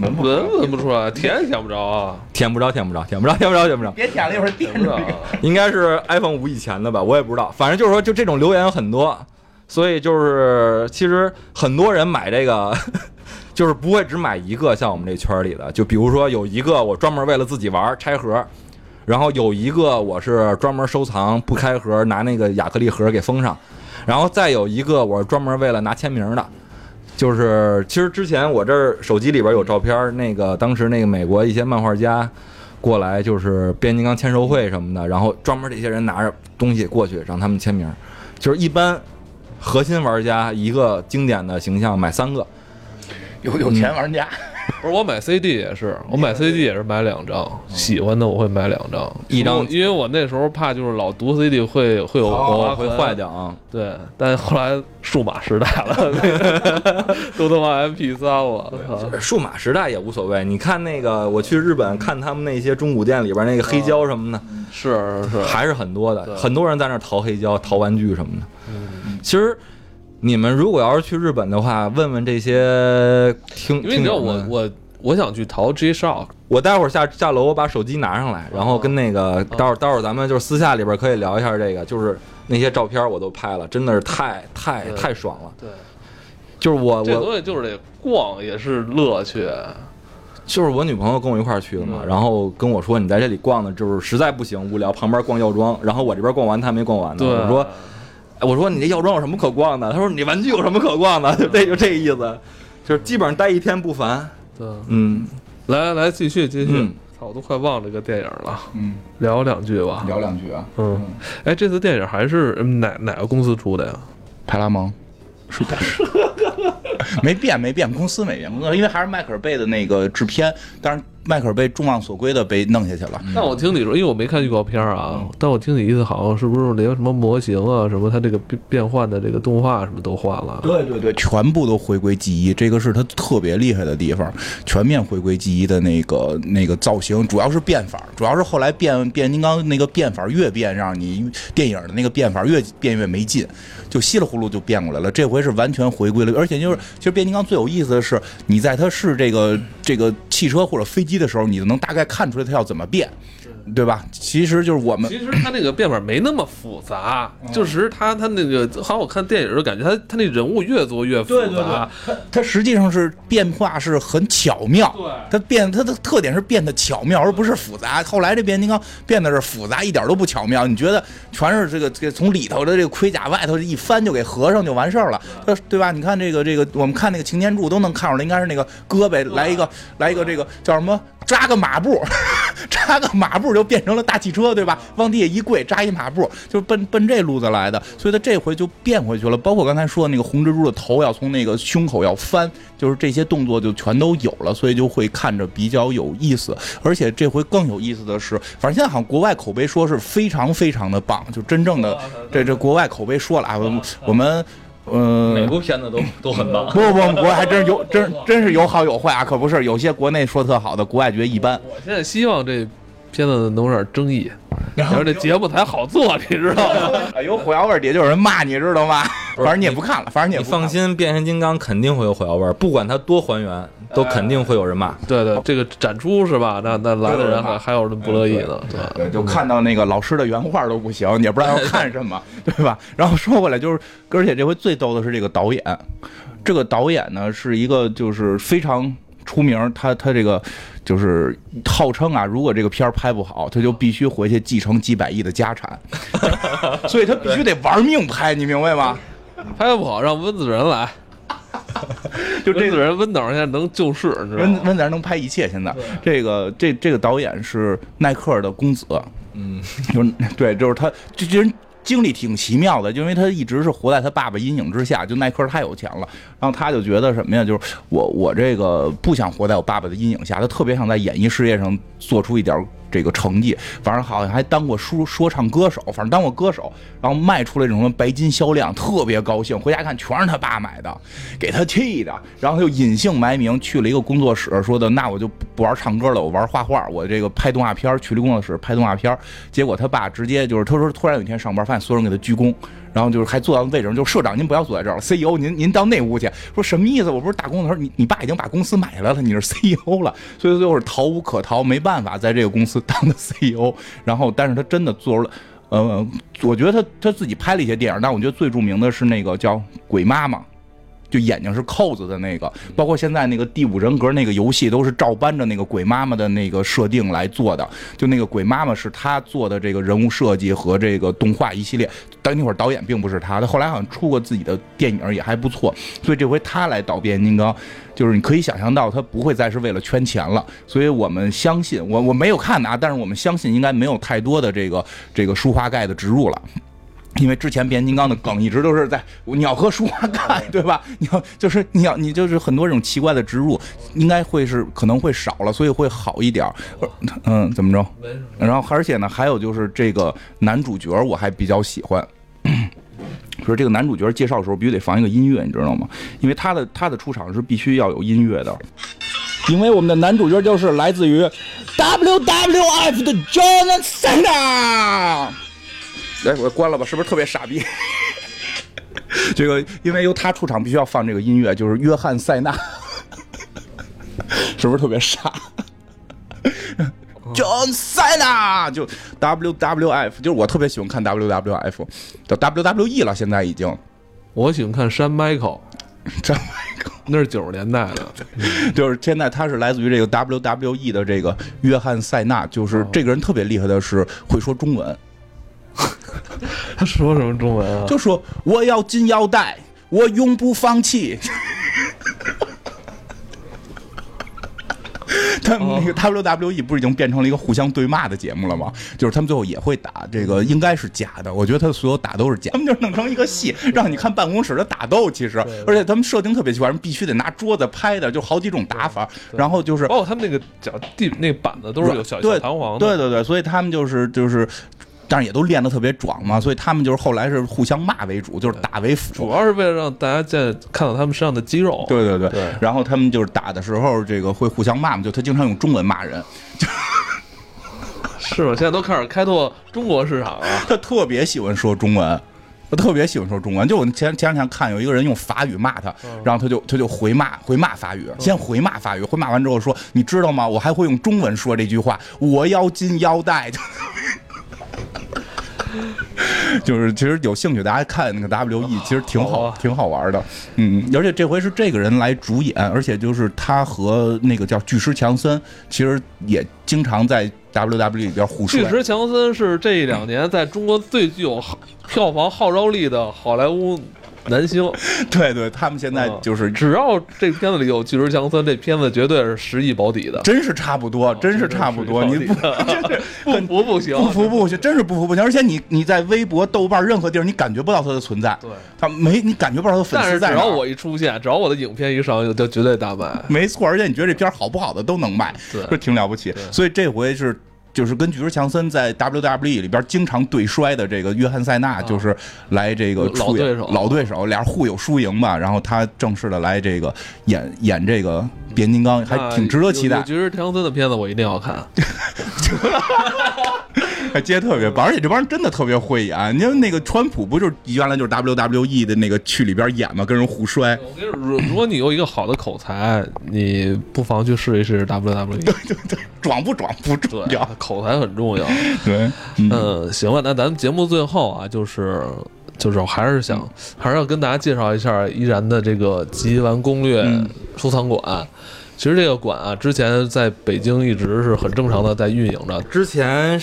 S2: 闻不
S1: 闻闻不出来，舔也舔不着 啊，
S3: 舔不着，舔不着，舔不着，舔不着，舔不着。
S2: 别舔了，一会儿垫
S1: 是吧？
S3: 应该是 iPhone 五以前的吧，我也不知道。反正就是说，就这种留言很多，所以就是其实很多人买这个， 就是不会只买一个。像我们这圈里的，就比如说有一个我专门为了自己玩儿拆盒，然后有一个我是专门收藏不开盒，拿那个亚克力盒给封上，然后再有一个我是专门为了拿签名的。就是，其实之前我这儿手机里边有照片儿，那个当时那个美国一些漫画家，过来，就是变形金刚签售会什么的，然后专门这些人拿着东西过去让他们签名，就是一般核心玩家一个经典的形象买三个，
S2: 有有钱玩家，
S1: 不是我买 CD 也是，我买 CD 也是买两张，喜欢的我会买两张，
S3: 一
S1: 因为
S3: 张
S1: 我因为我那时候怕就是老读 CD 会会有
S3: 哦
S1: 划
S3: 会
S1: 痕
S3: 坏。掉啊。
S1: 对，但后来数码时代了， 都他妈 MP 三了，操
S3: 数码时代也无所谓，你看那个我去日本看他们那些中古店里边那个黑胶什么的，
S1: 是是是，
S3: 还是很多的，很多人在那儿淘黑胶、淘玩具什么的。
S1: 嗯
S3: 其实你们如果要是去日本的话，问问这些听，
S1: 因为你知道
S3: 听友
S1: 我
S3: 们
S1: 我我想去淘 G Shock，
S3: 我待会儿下下楼，我把手机拿上来，然后跟那
S1: 哦
S3: 个待会儿待会儿咱们就是私下里边可以聊一下这个，就是那些照片我都拍了，真的是太太
S1: 对
S3: 太爽了。
S1: 对，
S3: 就是我
S1: 这
S3: 我
S1: 东西就是得逛也是乐趣，
S3: 就是我女朋友跟我一块儿去的嘛，
S1: 嗯
S3: 然后跟我说你在这里逛的，就是实在不行无聊，旁边逛药妆，然后我这边逛完她没逛完呢，
S1: 对，
S3: 我说哎我说你这药妆有什么可逛的？她说你玩具有什么可逛的？ 对，就这个意思，就是基本上待一天不烦。
S1: 对，
S3: 嗯，
S1: 来来继续继续
S3: 嗯，
S1: 操，我都快忘了这个电影了，
S2: 嗯，
S1: 聊两句吧，
S2: 聊两句啊。
S1: 嗯，哎，这次电影还是嗯哪哪个公司出的呀？
S2: 派拉蒙。是的， 没变，没变，公司没变，公司因为还是迈克尔贝的那个制片，但是迈克尔贝众望所归的被弄下去了。
S1: 但我听你说，因为我没看预告片啊，但我听你意思，好像是不是连什么模型啊，什么它这个变变换的这个动画什么都换了？
S2: 对对对，全部都回归记忆，这个是他特别厉害的地方，全面回归记忆的那个那个造型，主要是变法，主要是后来变变形金刚那个变法越变，让你电影的那个变法越变越没劲，就稀里糊涂就变过来了。这回是完全回归了，而且就是其实变形金刚最有意思的是，你在它是这个这个汽车或者飞机的时候，你就能大概看出来它要怎么变，对吧？其实就是我们
S1: 其实它那个变法没那么复杂，
S2: 嗯
S1: 就是它它那个，好像我看电影就感觉它它那人物越做越复杂，
S2: 对对对它实际上是变化是很巧妙，
S1: 对
S2: 它变它的特点是变得巧妙，而不是复杂。后来这变形金刚变得是复杂，一点都不巧妙。你觉得全是这个这个从里头的这个盔甲外头一翻就给合上就完事儿了，它对吧？你看这个这个，我们看那个擎天柱都能看出来，应该是那个胳膊来一个来一个这个叫什么？扎个马步， 扎个马步就变成了大汽车，对吧？往地下一跪，扎一马步，就是奔奔这路子来的。所以他这回就变回去了。包括刚才说的那个红蜘蛛的头要从那个胸口要翻，就是这些动作就全都有了，所以就会看着比较有意思。而且这回更有意思的是，反正现在好像国外口碑说是非常非常的棒，就真正的这这国外口碑说啊了啊，我们我们嗯。
S3: 每部片子都都很棒。
S2: 不不不，国外还真是 有真真是有好有坏啊，可不是有些国内说特好的，国外觉得一般。
S1: 我现在希望这片子能有点争议，然后这节目才好做，你知 道吗？
S2: 哎有火药味儿，也就有人骂你，知道吗？
S3: 不是
S2: 反正你也不看了，反正你也
S3: 你
S2: 不看了
S3: 放。心，变形金刚肯定会有火药味儿，不管它多还原，都肯定会有人骂。
S1: 对对，这个展出是吧？那那来的人还还有人不乐意呢，对吧？
S2: 对，就看到那个老师的原画都不行，也不知 道要看什么，对吧？然后说回来就是，而且这回最逗的是这个导演，这个导演呢是一个就是非常出名，他他这个就是号称啊，如果这个片儿拍不好，他就必须回去继承几百亿的家产， 所以他必须得玩命拍，你明白吗？
S1: 拍不好让温子仁来，
S2: 就这
S1: 温子仁温导现在能救市，你知道
S2: 温
S1: 吗？
S2: 温子仁能拍一切，现在这个这这个导演是耐克的公子，
S3: 嗯，
S2: 就是对，就是他这这人经历挺奇妙的，因为他一直是活在他爸爸阴影之下，就耐克太有钱了，然后他就觉得什么呀，就是我我这个不想活在我爸爸的阴影下，他特别想在演艺事业上做出一点。这个成绩，反正好像还当过说说唱歌手，反正当过歌手，然后卖出来这种什么白金销量，特别高兴。回家看全是他爸买的，给他气的，然后他就隐姓埋名去了一个工作室，说的那我就不不玩唱歌了，我玩画画，我这个拍动画片儿，去了工作室拍动画片儿。结果他爸直接就是，他说突然有一天上班发现所有人给他鞠躬，然然后就是还坐到位置上，就社长您不要坐在这儿了，CEO 您您到那屋去。说什么意思？我不是打工的时候，你你爸已经把公司买来了，你是 CEO 了，所以最后是逃无可逃，没办法在这个公司当的 CEO。然后，但是他真的做出了。呃，我觉得他他自己拍了一些电影，但我觉得最著名的是那个叫《鬼妈妈》，就眼睛是扣子的那个，包括现在那个《第五人格》那个游戏都是照搬着那个鬼妈妈的那个设定来做的。就那个鬼妈妈是他做的这个人物设计和这个动画一系列，但那会儿导演并不是他，他后来好像出过自己的电影也还不错，所以这回他来导变形金刚，就是你可以想象到他不会再是为了圈钱了。所以我们相信，我我没有看啊，但是我们相信应该没有太多的这个这个舒化钙的植入了。因为之前变形金刚的梗一直都是在你要喝舒化
S1: 哎
S2: 钙，对吧？你要就是你要你就是很多这种奇怪的植入，应该会是可能会少了，所以会好一点儿。呃嗯，怎么着？
S1: 哦没什么。
S2: 然后而且呢，还有就是这个男主角我还比较喜欢。 说这个男主角介绍的时候必须得放一个音乐，你知道吗？因为他的他的出场是必须要有音乐的，因为我们的男主角就是来自于 WWF 的 John Cena。来，我关了吧，是不是特别傻逼？ 这个因为由他出场必须要放这个音乐，就是约翰塞纳， 是不是特别傻？John Cena 就 WWF，就是我特别喜欢看 WWF，叫 WWE E 了，现在已经。
S1: 我喜欢看山 Michael，
S2: 这
S1: 那是九十年代的，
S2: 就是现在他是来自于这个 WWE 的这个约翰塞纳，就是这个人特别厉害的是会说中文，
S1: 他说什么中文啊？
S2: 就说我要金腰带，我永不放弃。 他们那
S1: 哦
S2: 个 WWE 不是已经变成了一个互相对骂的节目了吗？就是他们最后也会打，这个
S1: 嗯
S2: 应该是假的。我觉得他的所有打都是 假，他们就是弄成一个戏，让你看办公室的打斗。其实，而且他们设定特别奇怪，必须得拿桌子拍的，就好几种打法。然后就是
S1: 包括他们那个脚地那个板子都是有小小
S2: 对
S1: 弹簧的，
S2: 对对对，所以他们就是就是。但是也都练得特别壮嘛，所以他们就是后来是互相骂为主，就是打为辅。
S1: 主要是为了让大家见看到他们身上的肌肉。
S2: 对对对，
S1: 对
S2: 然后他们就是打的时候，这个会互相骂嘛，就他经常用中文骂人，
S1: 是吧？现在都开始开拓中国市场了。
S2: 他特别喜欢说中文。他特别喜欢说中文，就我前前两天看有一个人用法语骂他，
S1: 嗯
S2: 然后他就他就回骂回骂法语，先回骂法语，回骂完之后说，你知道吗？我还会用中文说这句话，我要金腰带。 就是其实有兴趣，大家看那个 WE，其实挺
S1: 好
S2: 好
S1: 啊，
S2: 挺好玩的。嗯，而且这回是这个人来主演，而且就是他和那个叫巨石强森，其实也经常在 WWE 里边互
S1: 巨
S2: 摔。
S1: 石强森是这一两年在中国最具有号票房号召力的好莱坞男星。
S2: 对对，他们现在
S1: 嗯
S2: 就是
S1: 只要这片子里有巨石强森，这片子绝对是十亿保底的。
S2: 真是差不多，真是差不多。你
S1: 哦真是
S2: 不
S1: 十亿保底的
S2: 很
S1: 不服不行，
S2: 不服不行，真是不服不行。而且你你在微博、豆瓣任何地儿，你感觉不到他的存在，
S1: 对。
S2: 他没你感觉不到他的粉
S1: 但
S2: 丝
S1: 是
S2: 在
S1: 只
S2: 哪
S1: 要
S2: 儿。
S1: 我一出现，只要我的影片一上映，就绝对大卖。
S2: 没错，而且你觉得这片儿好不好的都能卖，
S1: 对
S2: 这挺了不起。所以这回是。就是跟巨石强森在 WWE 里边经常对摔的这个约翰塞纳，就是来这个出
S1: 啊老对
S2: 演
S1: 手
S2: 老对手，俩人互有输赢吧。然后他正式的来这个演演这个变形金刚，还挺值得期
S1: 有
S2: 待
S1: 嗯啊有。巨石强森的片子我一定要看。
S2: 还接特别棒，而且这帮人真的特别会演。因为那个川普不就是原来就是 WWE 的那个去里边演嘛，跟人互摔。
S1: 我跟你说，如如果你有一个好的口才，你不妨去试一试 WWE。
S2: 壮不壮不重
S1: 对
S2: 要，，
S1: 口才很重要。
S2: 对，
S1: 嗯，行吧，那咱们节目最后啊，就是就是我还是想、
S2: 嗯
S1: 还是要跟大家介绍一下依然的这个集玩攻略
S2: 嗯
S1: 收藏馆。其实这个馆啊，之前在北京一直是很正常的在运营着，
S3: 之前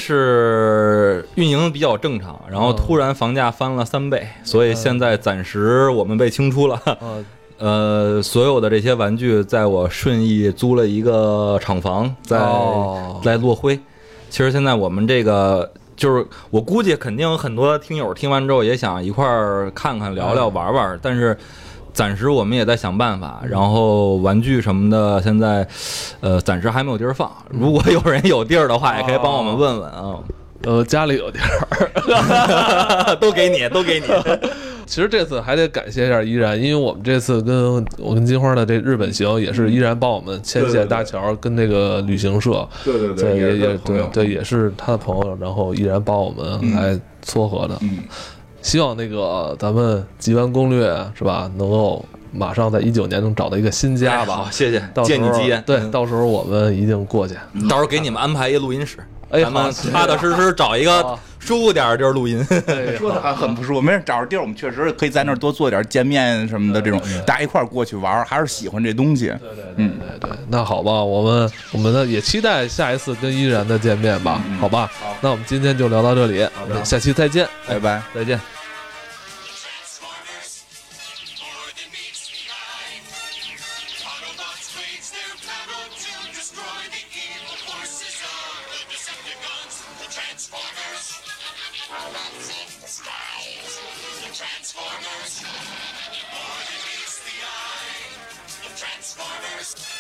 S3: 是运营比较正常，然后
S1: 嗯
S3: 突然房价翻了三倍，所以现在暂时我们被清出了。
S1: 呃，
S3: 呃，所有的这些玩具，在我顺义租了一个厂房，在、
S1: 哦
S3: 在落灰。其实现在我们这个就是，我估计肯定有很多听友听完之后也想一块儿看看、聊
S1: 嗯
S3: 聊、玩玩，但是。暂时我们也在想办法，然后玩具什么的，现在，呃，暂时还没有地儿放。
S1: 嗯
S3: 如果有人有地儿的话，也可以帮我们问问啊，
S1: 呃，家里有地儿。
S3: 都给你，都给你。
S1: 其实这次还得感谢一下依然，因为我们这次跟我跟金花的这日本行也是依然帮我们牵
S2: 对对
S1: 线
S2: 对
S1: 搭桥，跟那个旅行社，
S2: 对对
S1: 对也对对也是他的朋友，然后依然帮我们来撮合的。
S2: 嗯，
S1: 希望那个呃咱们《极完攻略》是吧，能够马上在一九年能找到一个新家
S3: 哎好
S1: 吧。
S3: 谢谢，
S1: 到时
S3: 借你
S1: 候啊
S3: 吉言。
S2: 嗯
S1: 对，到时候我们一定过去。
S3: 到时候给你们安排一录音室，
S1: 哎
S3: 咱
S1: 好
S3: 们
S1: 谢谢
S3: 踏踏实实找一个
S1: 好
S3: 舒服点儿的地儿录音。
S2: 说的还啊很不舒服，没事，找着地儿，我们确实可以在那儿多做点见面什么的这种，大家一块儿过去玩儿，还是喜欢这东西。
S1: 对对对对对，那好吧，我们我们呢也期待下一次跟依然的见面吧，嗯好吧？那我们今天就聊到这里，我们下期再见，
S2: 拜拜。
S1: 再见。
S4: Transformers, more than meets the eye. Autobots wage their battle to destroy the evil forces of the Decepticons, the Transformers. Robots in disguise, the Transformers. More than meets the eye, the Transformers.